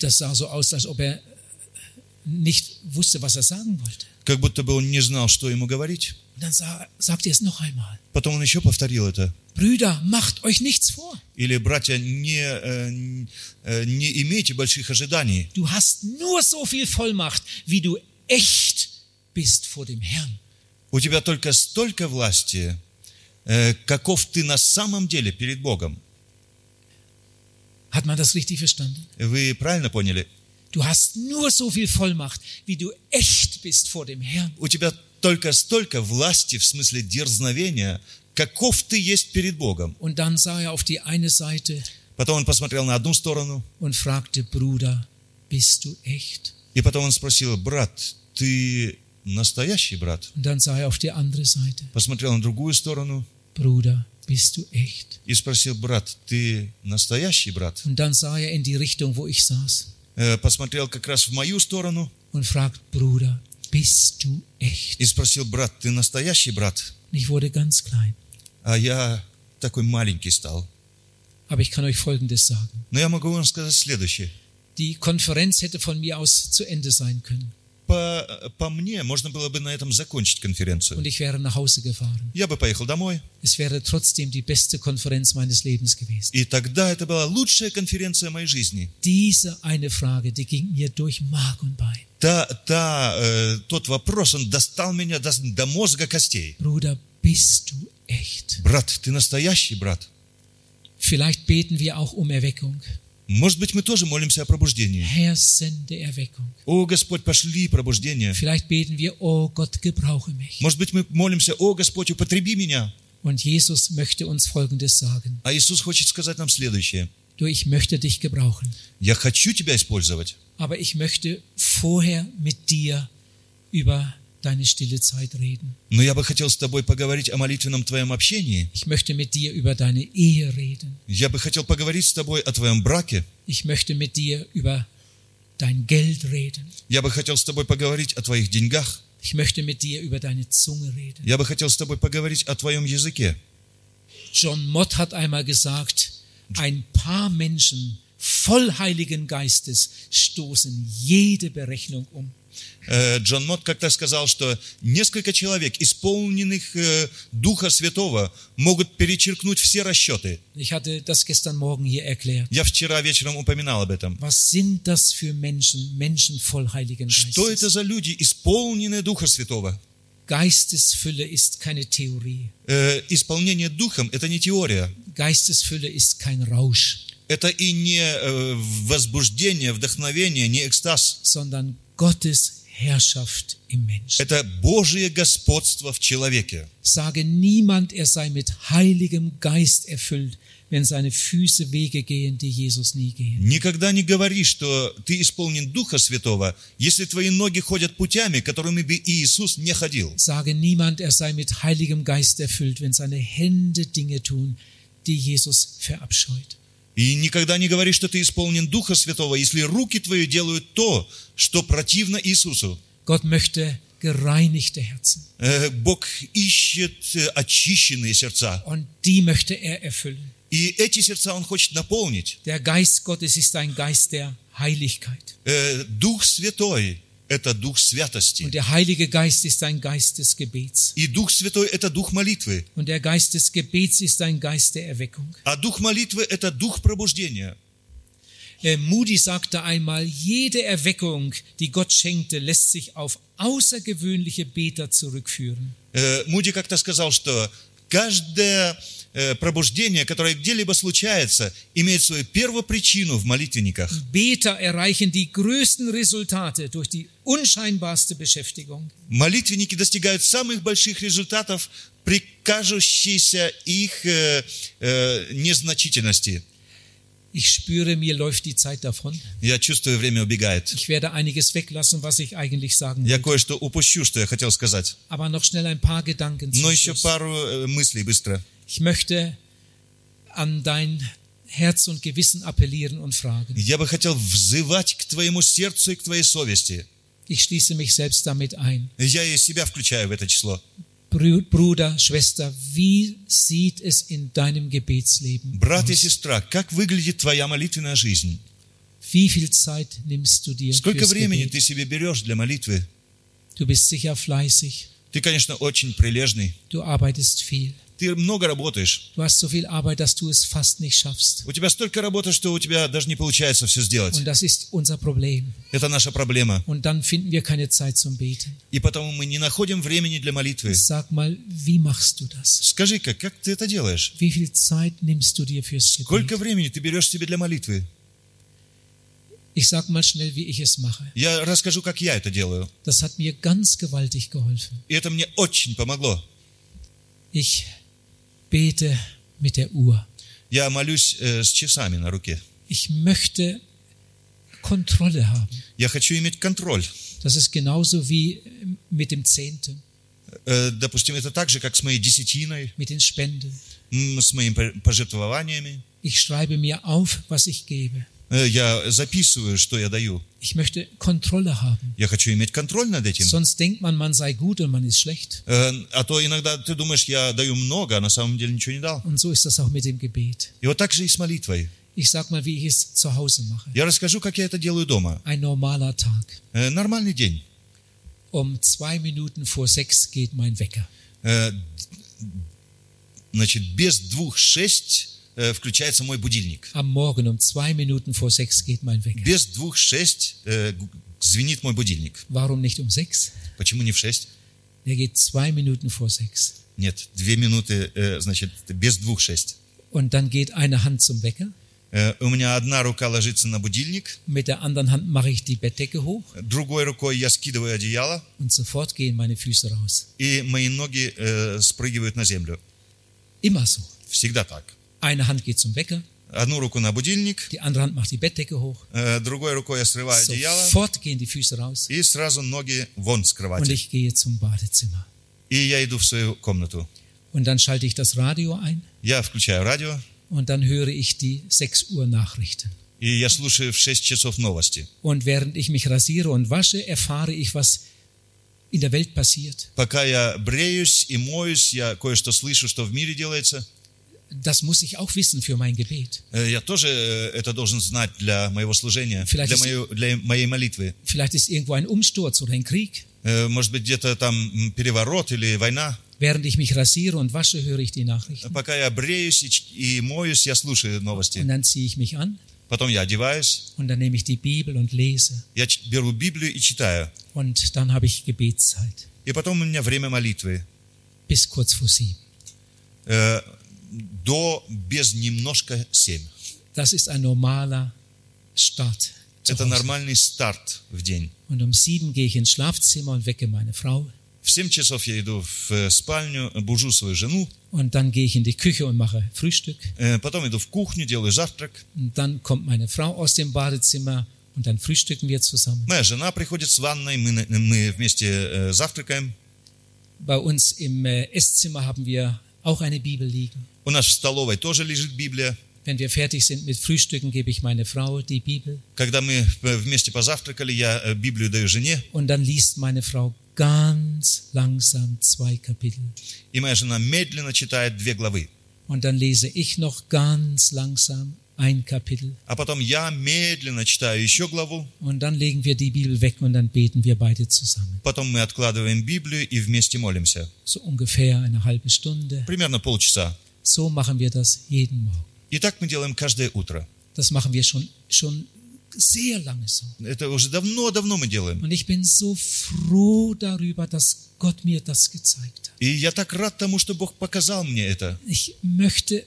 Speaker 1: Das sah so aus, als ob er nicht wusste, was er sagen wollte.
Speaker 2: Как будто бы он не знал, что ему говорить.
Speaker 1: Und dann sah, sagte er es noch einmal.
Speaker 2: Потом он еще повторил это.
Speaker 1: Brüder, macht euch nichts vor.
Speaker 2: Или, братья, не, э, н- э, не имейте больших ожиданий.
Speaker 1: Du hast nur so viel Vollmacht, wie du echt bist vor dem Herrn.
Speaker 2: У тебя только столько власти, э, каков ты на самом деле перед Богом.
Speaker 1: Hat man das richtig verstanden?
Speaker 2: Вы правильно поняли?
Speaker 1: Du hast nur so viel Vollmacht, wie du echt bist vor dem Herrn.
Speaker 2: У тебя только столько власти, в смысле дерзновения, каков ты есть перед Богом.
Speaker 1: Und dann sah er auf die eine Seite
Speaker 2: Потом он посмотрел на одну сторону,
Speaker 1: und fragte, Bruder, bist du echt?
Speaker 2: и потом он спросил, брат, ты настоящий брат?
Speaker 1: Und dann sah er auf die andere Seite,
Speaker 2: Посмотрел на другую сторону
Speaker 1: Bruder, bist du echt?
Speaker 2: и спросил, брат, ты настоящий брат?
Speaker 1: Und dann sah er in die Richtung, wo ich saß
Speaker 2: Э, Посмотрел как раз в мою сторону
Speaker 1: und fragte, Bruder, bist du echt?
Speaker 2: и спросил, брат, ты настоящий брат?
Speaker 1: Und ich wurde ganz klein.
Speaker 2: А я такой маленький стал.
Speaker 1: Aber ich kann euch Folgendes sagen.
Speaker 2: Но я могу вам сказать следующее.
Speaker 1: Die Konferenz hätte von mir aus zu Ende sein können.
Speaker 2: По, по мне, можно было бы на этом закончить конференцию.
Speaker 1: Und ich wäre nach Hause gefahren.
Speaker 2: Я бы поехал домой,
Speaker 1: Es wäre trotzdem die beste Konferenz meines Lebens gewesen.
Speaker 2: и тогда это была лучшая конференция моей жизни.
Speaker 1: Diese eine Frage, die ging mir durch Mark und Bein.
Speaker 2: Та, та, э, тот вопрос, он достал меня до, до мозга костей.
Speaker 1: Bruder, bist du echt?
Speaker 2: Брат, ты настоящий брат.
Speaker 1: Vielleicht beten wir auch um Erweckung.
Speaker 2: Может быть, мы тоже молимся о пробуждении.
Speaker 1: Herr, sende Erweckung.
Speaker 2: О, Господь, пошли пробуждение.
Speaker 1: Vielleicht beten wir, oh Gott, gebrauche mich.
Speaker 2: Может быть, мы молимся, о, Господь, употреби меня.
Speaker 1: Und Jesus möchte uns Folgendes sagen.
Speaker 2: А Иисус хочет сказать нам следующее.
Speaker 1: Du, ich möchte dich gebrauchen.
Speaker 2: Я хочу тебя использовать,
Speaker 1: Aber ich möchte vorher mit dir über deine stille Zeit reden.
Speaker 2: но я бы хотел с тобой поговорить о молитвенном твоем общении.
Speaker 1: Ich möchte mit dir über deine Ehe reden.
Speaker 2: Я бы хотел поговорить с тобой о твоем браке.
Speaker 1: Ich möchte mit dir über dein Geld reden.
Speaker 2: Я бы хотел с тобой поговорить о твоих деньгах.
Speaker 1: Ich möchte mit dir über deine Zunge reden.
Speaker 2: Я бы хотел с тобой поговорить о твоем языке.
Speaker 1: John Mott hat einmal gesagt, ein paar Menschen voll Heiligen Geistes stoßen jede Berechnung um.
Speaker 2: Э, Джон Мот как-то сказал, что несколько человек, исполненных э, Духа Святого, могут перечеркнуть все расчеты.
Speaker 1: Ich hatte das gestern Morgen hier erklärt.
Speaker 2: Я вчера вечером упоминал об этом.
Speaker 1: Was sind das für Menschen, Menschen voll Heiligen
Speaker 2: Что это
Speaker 1: Geistes?
Speaker 2: за люди, исполненные Духа Святого?
Speaker 1: Geistesfülle ist keine Theorie.
Speaker 2: Э, исполнение Духом – это не теория.
Speaker 1: Geistesfülle ist kein Rausch,
Speaker 2: Это и не э, возбуждение, вдохновение, не экстаз.
Speaker 1: sondern Gottes Herrschaft im Menschen.
Speaker 2: Это Божие господство в человеке.
Speaker 1: Sage niemand, er sei mit heiligem Geist erfüllt, wenn seine Füße Wege gehen, die Jesus nie gehen.
Speaker 2: Никогда не говори, что ты исполнен Духа Святого, если твои ноги ходят путями, которыми бы и Иисус не ходил.
Speaker 1: Sage niemand, er sei mit heiligem Geist erfüllt, wenn seine Hände Dinge tun, die Jesus verabscheut.
Speaker 2: И никогда не говори, что ты исполнен Духа Святого, если руки твои делают то, что противно Иисусу.
Speaker 1: Gott möchte gereinigte Herzen
Speaker 2: Э, Бог ищет э, очищенные сердца.
Speaker 1: und die möchte er erfüllen.
Speaker 2: И эти сердца Он хочет наполнить.
Speaker 1: Der Geist Gottes ist ein Geist der Heiligkeit
Speaker 2: Э, Дух Святой – это Дух
Speaker 1: und
Speaker 2: святости.
Speaker 1: der Heilige Geist ist ein Geist des Gebets
Speaker 2: И Дух Святой – это Дух молитвы.
Speaker 1: und der Geist des Gebets ist ein Geist der Erweckung.
Speaker 2: А Дух молитвы – это Дух пробуждения.
Speaker 1: Äh, Moody sagte einmal, jede Erweckung, die Gott schenkte, lässt sich auf außergewöhnliche Beter zurückführen.
Speaker 2: Э, Муди как-то сказал, что каждое э, пробуждение, которое где-либо случается, имеет свою первопричину в молитвенниках.
Speaker 1: Beter erreichen die größten Resultate durch die unscheinbarste Beschäftigung.
Speaker 2: Молитвенники достигают самых больших результатов при кажущейся их э, э, незначительности.
Speaker 1: Ich spüre, mir läuft die Zeit davon.
Speaker 2: Я чувствую, время убегает.
Speaker 1: Ich werde einiges weglassen, was ich eigentlich sagen will.
Speaker 2: Я кое-что упущу, что я хотел сказать.
Speaker 1: Aber noch schnell ein paar Gedanken
Speaker 2: Но
Speaker 1: zum
Speaker 2: еще
Speaker 1: Schluss.
Speaker 2: пару э, мыслей быстро.
Speaker 1: Ich möchte an dein Herz und Gewissen appellieren und fragen.
Speaker 2: Я бы хотел взывать к твоему сердцу и к твоей совести.
Speaker 1: Ich schließe mich selbst damit ein.
Speaker 2: Я и себя включаю в это число.
Speaker 1: Brü- Bruder, Schwester, wie sieht es in deinem Gebetsleben?
Speaker 2: Брат и сестра, как выглядит твоя молитвенная жизнь?
Speaker 1: Wie viel Zeit nimmst du dir
Speaker 2: Сколько
Speaker 1: fürs
Speaker 2: времени
Speaker 1: Gebet?
Speaker 2: ты себе берешь для молитвы?
Speaker 1: Du bist sicher fleißig,
Speaker 2: Ты, конечно, очень прилежный.
Speaker 1: du arbeitest viel.
Speaker 2: Ты много работаешь.
Speaker 1: Du hast so viel Arbeit, dass du es fast nicht schaffst.
Speaker 2: У тебя столько работы, что у тебя даже не получается все сделать.
Speaker 1: Und das ist unser Problem.
Speaker 2: Это наша проблема.
Speaker 1: Und dann finden wir keine Zeit zum Beten.
Speaker 2: И потому мы не находим времени для молитвы.
Speaker 1: Sag mal, wie machst du das?
Speaker 2: Скажи-ка, как ты это делаешь?
Speaker 1: Wie viel Zeit nimmst du dir fürs Gebet?
Speaker 2: Сколько времени ты берешь себе для молитвы?
Speaker 1: Ich sag mal schnell, wie ich es mache.
Speaker 2: Я расскажу, как я это делаю.
Speaker 1: Das hat mir ganz gewaltig geholfen.
Speaker 2: И это мне очень помогло.
Speaker 1: Ich bete mit der Uhr.
Speaker 2: Я молюсь э, с часами на руке.
Speaker 1: Ich möchte Kontrolle haben.
Speaker 2: Я хочу иметь контроль.
Speaker 1: Das ist genauso wie mit dem Zehnten,
Speaker 2: Э, допустим, это так же, как с моей десятиной,
Speaker 1: mit den Spenden.
Speaker 2: м, с моими по- пожертвованиями.
Speaker 1: Ich schreibe mir auf, was ich gebe.
Speaker 2: Э, я записываю, что я даю.
Speaker 1: Ich möchte Kontrolle haben.
Speaker 2: Я хочу иметь контроль над этим.
Speaker 1: Sonst denkt man, man sei gut und man ist schlecht.
Speaker 2: Э, А то иногда ты думаешь, я даю много, а на самом деле ничего не дал.
Speaker 1: Und so ist das auch mit dem Gebet.
Speaker 2: И вот так же и с молитвой.
Speaker 1: Ich sag mal, wie ich es zu Hause mache.
Speaker 2: Я расскажу, как я это делаю дома.
Speaker 1: Ein normaler Tag.
Speaker 2: Э, Нормальный день.
Speaker 1: Um zwei Minuten vor sechs geht mein Wecker.
Speaker 2: Э, Значит, без двух шесть э, включается мой будильник.
Speaker 1: Am Morgen um zwei Minuten vor sechs geht mein Wecker.
Speaker 2: Без двух шесть э, г- звенит мой будильник.
Speaker 1: Warum nicht um sechs?
Speaker 2: Почему не в шесть?
Speaker 1: Der geht zwei Minuten vor sechs.
Speaker 2: Нет, две минуты, э, значит, без двух шесть.
Speaker 1: Und dann geht eine Hand zum Wecker.
Speaker 2: Э, У меня одна рука ложится на будильник,
Speaker 1: Mit der anderen Hand mache ich die Bettdecke hoch
Speaker 2: другой рукой я скидываю одеяло,
Speaker 1: und sofort gehen meine Füße raus.
Speaker 2: и мои ноги э, спрыгивают на землю.
Speaker 1: Immer so.
Speaker 2: Всегда так.
Speaker 1: Eine Hand geht zum Wecker,
Speaker 2: Одну руку на будильник,
Speaker 1: die andere Hand macht die Bettdecke hoch.
Speaker 2: э, другой рукой я срываю одеяло,
Speaker 1: Sofort gehen die Füße raus
Speaker 2: и сразу ноги вон с кровати.
Speaker 1: und ich gehe zum Badezimmer.
Speaker 2: И я иду в свою комнату.
Speaker 1: Und dann schalte ich das Radio ein
Speaker 2: Я включаю радио,
Speaker 1: und dann höre ich die 6 Uhr Nachrichten.
Speaker 2: и я слушаю в 6 часов новости.
Speaker 1: Und während ich mich rasiere und wasche, erfahre ich, was in der Welt passiert.
Speaker 2: Пока я бреюсь и моюсь, я кое-что слышу, что в мире делается.
Speaker 1: Das muss ich auch wissen für mein Gebet.
Speaker 2: Э, Я тоже э, это должен знать для моего служения,
Speaker 1: Vielleicht
Speaker 2: для
Speaker 1: ist-
Speaker 2: моей, для моей молитвы.
Speaker 1: Vielleicht ist irgendwo ein Umsturz oder ein Krieg.
Speaker 2: Э, Может быть, где-то там м, переворот или война.
Speaker 1: Während ich mich rasiere und wasche, höre ich die Nachrichten.
Speaker 2: Пока я бреюсь и, ч- и моюсь, я слушаю
Speaker 1: Und
Speaker 2: новости.
Speaker 1: dann ziehe ich mich an
Speaker 2: Потом я одеваюсь,
Speaker 1: und dann nehme ich die Bibel und lese.
Speaker 2: я ч- беру Библию и читаю.
Speaker 1: Und dann habe ich Gebetszeit
Speaker 2: И потом у меня время молитвы.
Speaker 1: bis kurz vor sieben.
Speaker 2: Э, До без немножко семь.
Speaker 1: Das ist ein normaler Start. zu
Speaker 2: Это
Speaker 1: Hause.
Speaker 2: нормальный старт в день.
Speaker 1: Und um sieben gehe ich ins Schlafzimmer und wecke meine Frau.
Speaker 2: В 7 часов я иду в э, спальню, бужу свою жену,
Speaker 1: Und dann gehe ich in die Küche und mache Frühstück.
Speaker 2: э, потом иду в кухню, делаю завтрак.
Speaker 1: Und dann kommt meine Frau aus dem Badezimmer und dann frühstücken wir zusammen.
Speaker 2: Моя жена приходит с ванной, мы, на- мы вместе э, завтракаем.
Speaker 1: Bei uns im äh, Esszimmer haben wir auch eine Bibel liegen.
Speaker 2: У нас в столовой тоже лежит Библия.
Speaker 1: Wenn wir fertig sind mit Frühstücken, gebe ich meine Frau die Bibel.
Speaker 2: Когда мы э, вместе позавтракали, я э, Библию даю жене,
Speaker 1: Und dann liest meine Frau ganz langsam zwei Kapitel.
Speaker 2: и моя жена медленно читает две главы.
Speaker 1: Und dann lese ich noch ganz langsam ein Kapitel.
Speaker 2: А потом я медленно читаю еще главу,
Speaker 1: Und dann legen wir die Bibel weg und dann beten wir beide zusammen.
Speaker 2: потом мы откладываем Библию и вместе молимся.
Speaker 1: So ungefähr eine halbe Stunde.
Speaker 2: Примерно полчаса.
Speaker 1: So machen wir das jeden Morgen.
Speaker 2: И так мы делаем каждое утро.
Speaker 1: Das machen wir schon, schon sehr lange so.
Speaker 2: Это уже давно-давно мы делаем.
Speaker 1: Und ich bin so froh darüber, dass Gott mir das gezeigt hat.
Speaker 2: И я так рад тому, что Бог показал мне это.
Speaker 1: Ich möchte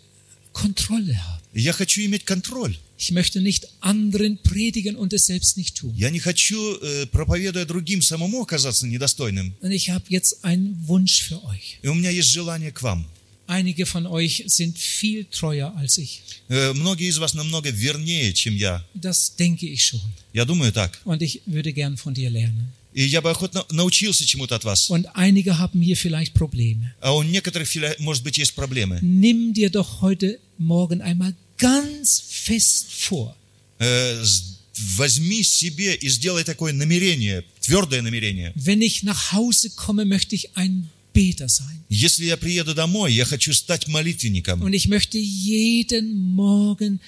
Speaker 1: Kontrolle haben.
Speaker 2: Я хочу иметь контроль.
Speaker 1: Ich möchte nicht anderen predigen und es selbst nicht tun.
Speaker 2: Я не хочу, э, проповедуя другим, самому оказаться недостойным.
Speaker 1: Und ich habe jetzt einen Wunsch für euch.
Speaker 2: И у меня есть желание к вам.
Speaker 1: Einige von euch sind viel treuer als ich.
Speaker 2: Э, Многие из вас намного вернее, чем я.
Speaker 1: Das denke ich schon.
Speaker 2: Я думаю так.
Speaker 1: Und ich würde gern von dir lernen.
Speaker 2: И я бы охотно научился чему-то от вас.
Speaker 1: Und einige haben hier vielleicht Probleme.
Speaker 2: А у некоторых, филя- может быть, есть проблемы.
Speaker 1: Nimm dir doch heute Morgen einmal ganz fest vor,
Speaker 2: Э, с- Возьми себе и сделай такое намерение, твердое намерение.
Speaker 1: wenn ich nach Hause komme, möchte ich ein Beter sein.
Speaker 2: Если я приеду домой, я хочу стать молитвенником.
Speaker 1: Und ich möchte jeden Morgen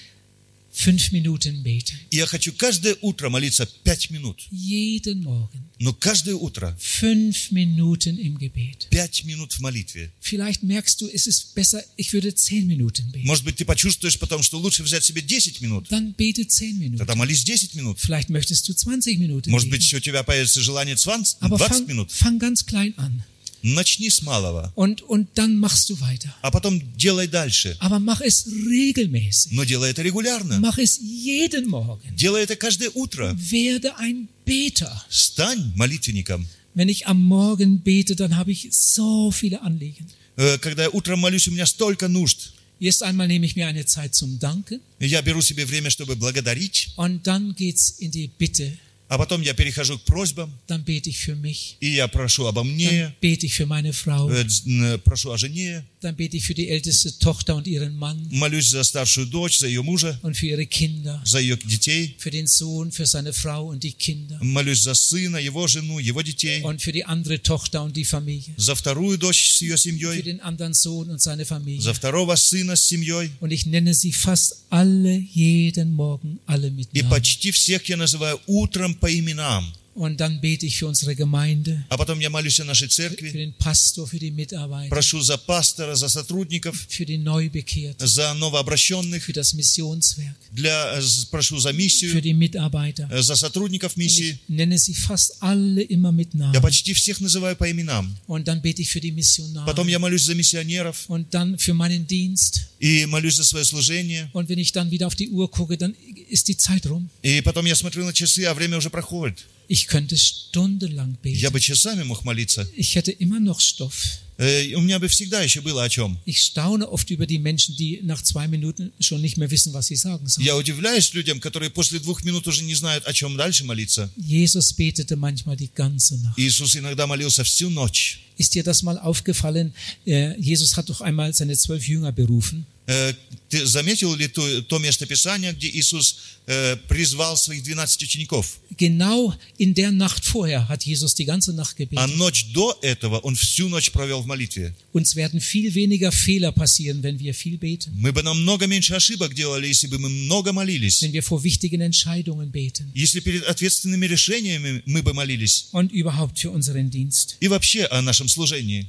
Speaker 1: fünf Minuten beten.
Speaker 2: И я хочу каждое утро молиться пять минут.
Speaker 1: Jeden Morgen
Speaker 2: Но каждое утро
Speaker 1: fünf Minuten im Gebet.
Speaker 2: пять минут в молитве.
Speaker 1: Vielleicht merkst du, es ist besser, ich würde zehn Minuten beten.
Speaker 2: Может быть, ты почувствуешь потом, что лучше взять себе 10 минут.
Speaker 1: Dann bete zehn Minuten.
Speaker 2: Тогда молись 10 минут.
Speaker 1: Vielleicht möchtest du 20 Minuten
Speaker 2: Может
Speaker 1: beten.
Speaker 2: быть, у тебя появится желание 20,
Speaker 1: Aber
Speaker 2: 20
Speaker 1: fang,
Speaker 2: минут.
Speaker 1: fang ganz klein an
Speaker 2: Начни с малого,
Speaker 1: und, und dann machst du weiter.
Speaker 2: а потом делай дальше.
Speaker 1: Aber mach es regelmäßig.
Speaker 2: Но делай это регулярно.
Speaker 1: Mach es jeden Morgen.
Speaker 2: Делай это каждое утро.
Speaker 1: Werde ein Beter.
Speaker 2: Стань молитвенником.
Speaker 1: Wenn ich am Morgen bete, dann habe ich so viele Anliegen.
Speaker 2: Э, Когда я утром молюсь, у меня столько нужд.
Speaker 1: Erst einmal nehme ich mir eine Zeit zum Danken
Speaker 2: Я беру себе время, чтобы благодарить,
Speaker 1: und dann geht's in die Bitte.
Speaker 2: а потом я перехожу к просьбам,
Speaker 1: Dann bete ich für mich,
Speaker 2: и я прошу обо
Speaker 1: dann
Speaker 2: мне,
Speaker 1: bete ich für meine Frau,
Speaker 2: э, дз- н- прошу о жене,
Speaker 1: dann bete ich für die älteste Tochter und ihren Mann
Speaker 2: молюсь за старшую дочь, за ее мужа,
Speaker 1: und für ihre Kinder,
Speaker 2: за ее детей,
Speaker 1: für den Sohn, für seine Frau und die Kinder
Speaker 2: молюсь за сына, его жену, его детей,
Speaker 1: und für die andere Tochter und die Familie,
Speaker 2: за вторую дочь с ее
Speaker 1: für
Speaker 2: семьей,
Speaker 1: den anderen Sohn und seine Familie.
Speaker 2: за второго сына с семьей.
Speaker 1: Und ich nenne sie fast alle jeden Morgen, alle mit
Speaker 2: И
Speaker 1: Namen.
Speaker 2: почти всех я называю утром по именам.
Speaker 1: Und dann bete ich für unsere Gemeinde,
Speaker 2: А потом я молюсь о нашей
Speaker 1: für
Speaker 2: церкви,
Speaker 1: den Pastor, für die Mitarbeiter,
Speaker 2: прошу за пастора, за сотрудников,
Speaker 1: für die Neubekehrten,
Speaker 2: за новообращенных,
Speaker 1: für das Missionswerk,
Speaker 2: для, э, с- прошу за
Speaker 1: für
Speaker 2: миссию,
Speaker 1: die Mitarbeiter.
Speaker 2: э, за сотрудников
Speaker 1: Und
Speaker 2: миссии.
Speaker 1: ich nenne sie fast alle immer mit
Speaker 2: Я
Speaker 1: Namen.
Speaker 2: почти всех называю по именам.
Speaker 1: Und dann bete ich für die
Speaker 2: Потом
Speaker 1: Missionare
Speaker 2: я молюсь за миссионеров
Speaker 1: und dann für meinen Dienst.
Speaker 2: и молюсь за свое служение.
Speaker 1: Und wenn ich dann wieder auf die Uhr gucke, dann ist die Zeit rum.
Speaker 2: И потом я смотрю на часы, а время уже проходит.
Speaker 1: Ich könnte stundenlang
Speaker 2: Я
Speaker 1: beten.
Speaker 2: бы часами мог молиться.
Speaker 1: Ich hätte immer noch Stoff.
Speaker 2: Э, и У меня бы всегда еще было о чем.
Speaker 1: Ich staune oft über die Menschen, die nach zwei Minuten schon nicht mehr wissen, was sie sagen sollen.
Speaker 2: Я удивляюсь людям, которые после двух минут уже не знают, о чем дальше молиться.
Speaker 1: Jesus betete manchmal die ganze Nacht.
Speaker 2: Иисус иногда молился всю ночь.
Speaker 1: Ist dir das mal aufgefallen? Äh, Jesus hat doch einmal seine zwölf Jünger berufen.
Speaker 2: Э, Ты заметил ли то, то местописание, где Иисус э, призвал своих 12 учеников?
Speaker 1: Genau in der Nacht vorher hat Jesus die ganze Nacht
Speaker 2: А
Speaker 1: gebetet.
Speaker 2: ночь до этого он всю ночь провел в молитве.
Speaker 1: Uns werden viel weniger Fehler passieren, wenn wir viel beten,
Speaker 2: Мы бы намного меньше ошибок делали, если бы мы много молились.
Speaker 1: wenn wir vor wichtigen Entscheidungen beten
Speaker 2: Если перед ответственными решениями мы бы молились.
Speaker 1: und überhaupt für unseren Dienst.
Speaker 2: И вообще о нашем служении.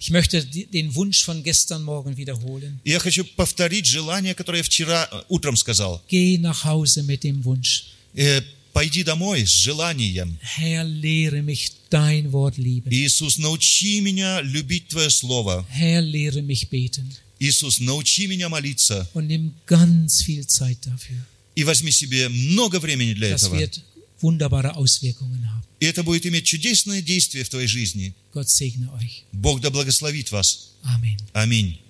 Speaker 1: Ich möchte die- den Wunsch von gestern Morgen wiederholen.
Speaker 2: Я хочу повторить желание, которое я vчера э, утром сказал.
Speaker 1: Geh nach Hause mit dem Wunsch.
Speaker 2: Э, пойди домой с желанием.
Speaker 1: Herr, lehre mich dein Wort lieben.
Speaker 2: Иисус, научи меня любить Твое Слово.
Speaker 1: Herr, lehre mich beten.
Speaker 2: Иисус, научи меня молиться.
Speaker 1: Und nimm ganz viel Zeit dafür.
Speaker 2: И возьми себе много времени для
Speaker 1: Das
Speaker 2: этого.
Speaker 1: wird wunderbare Auswirkungen haben.
Speaker 2: И это будет иметь чудесное действие в твоей жизни.
Speaker 1: Gott segne euch.
Speaker 2: Бог да благословит вас.
Speaker 1: Amen.
Speaker 2: Аминь.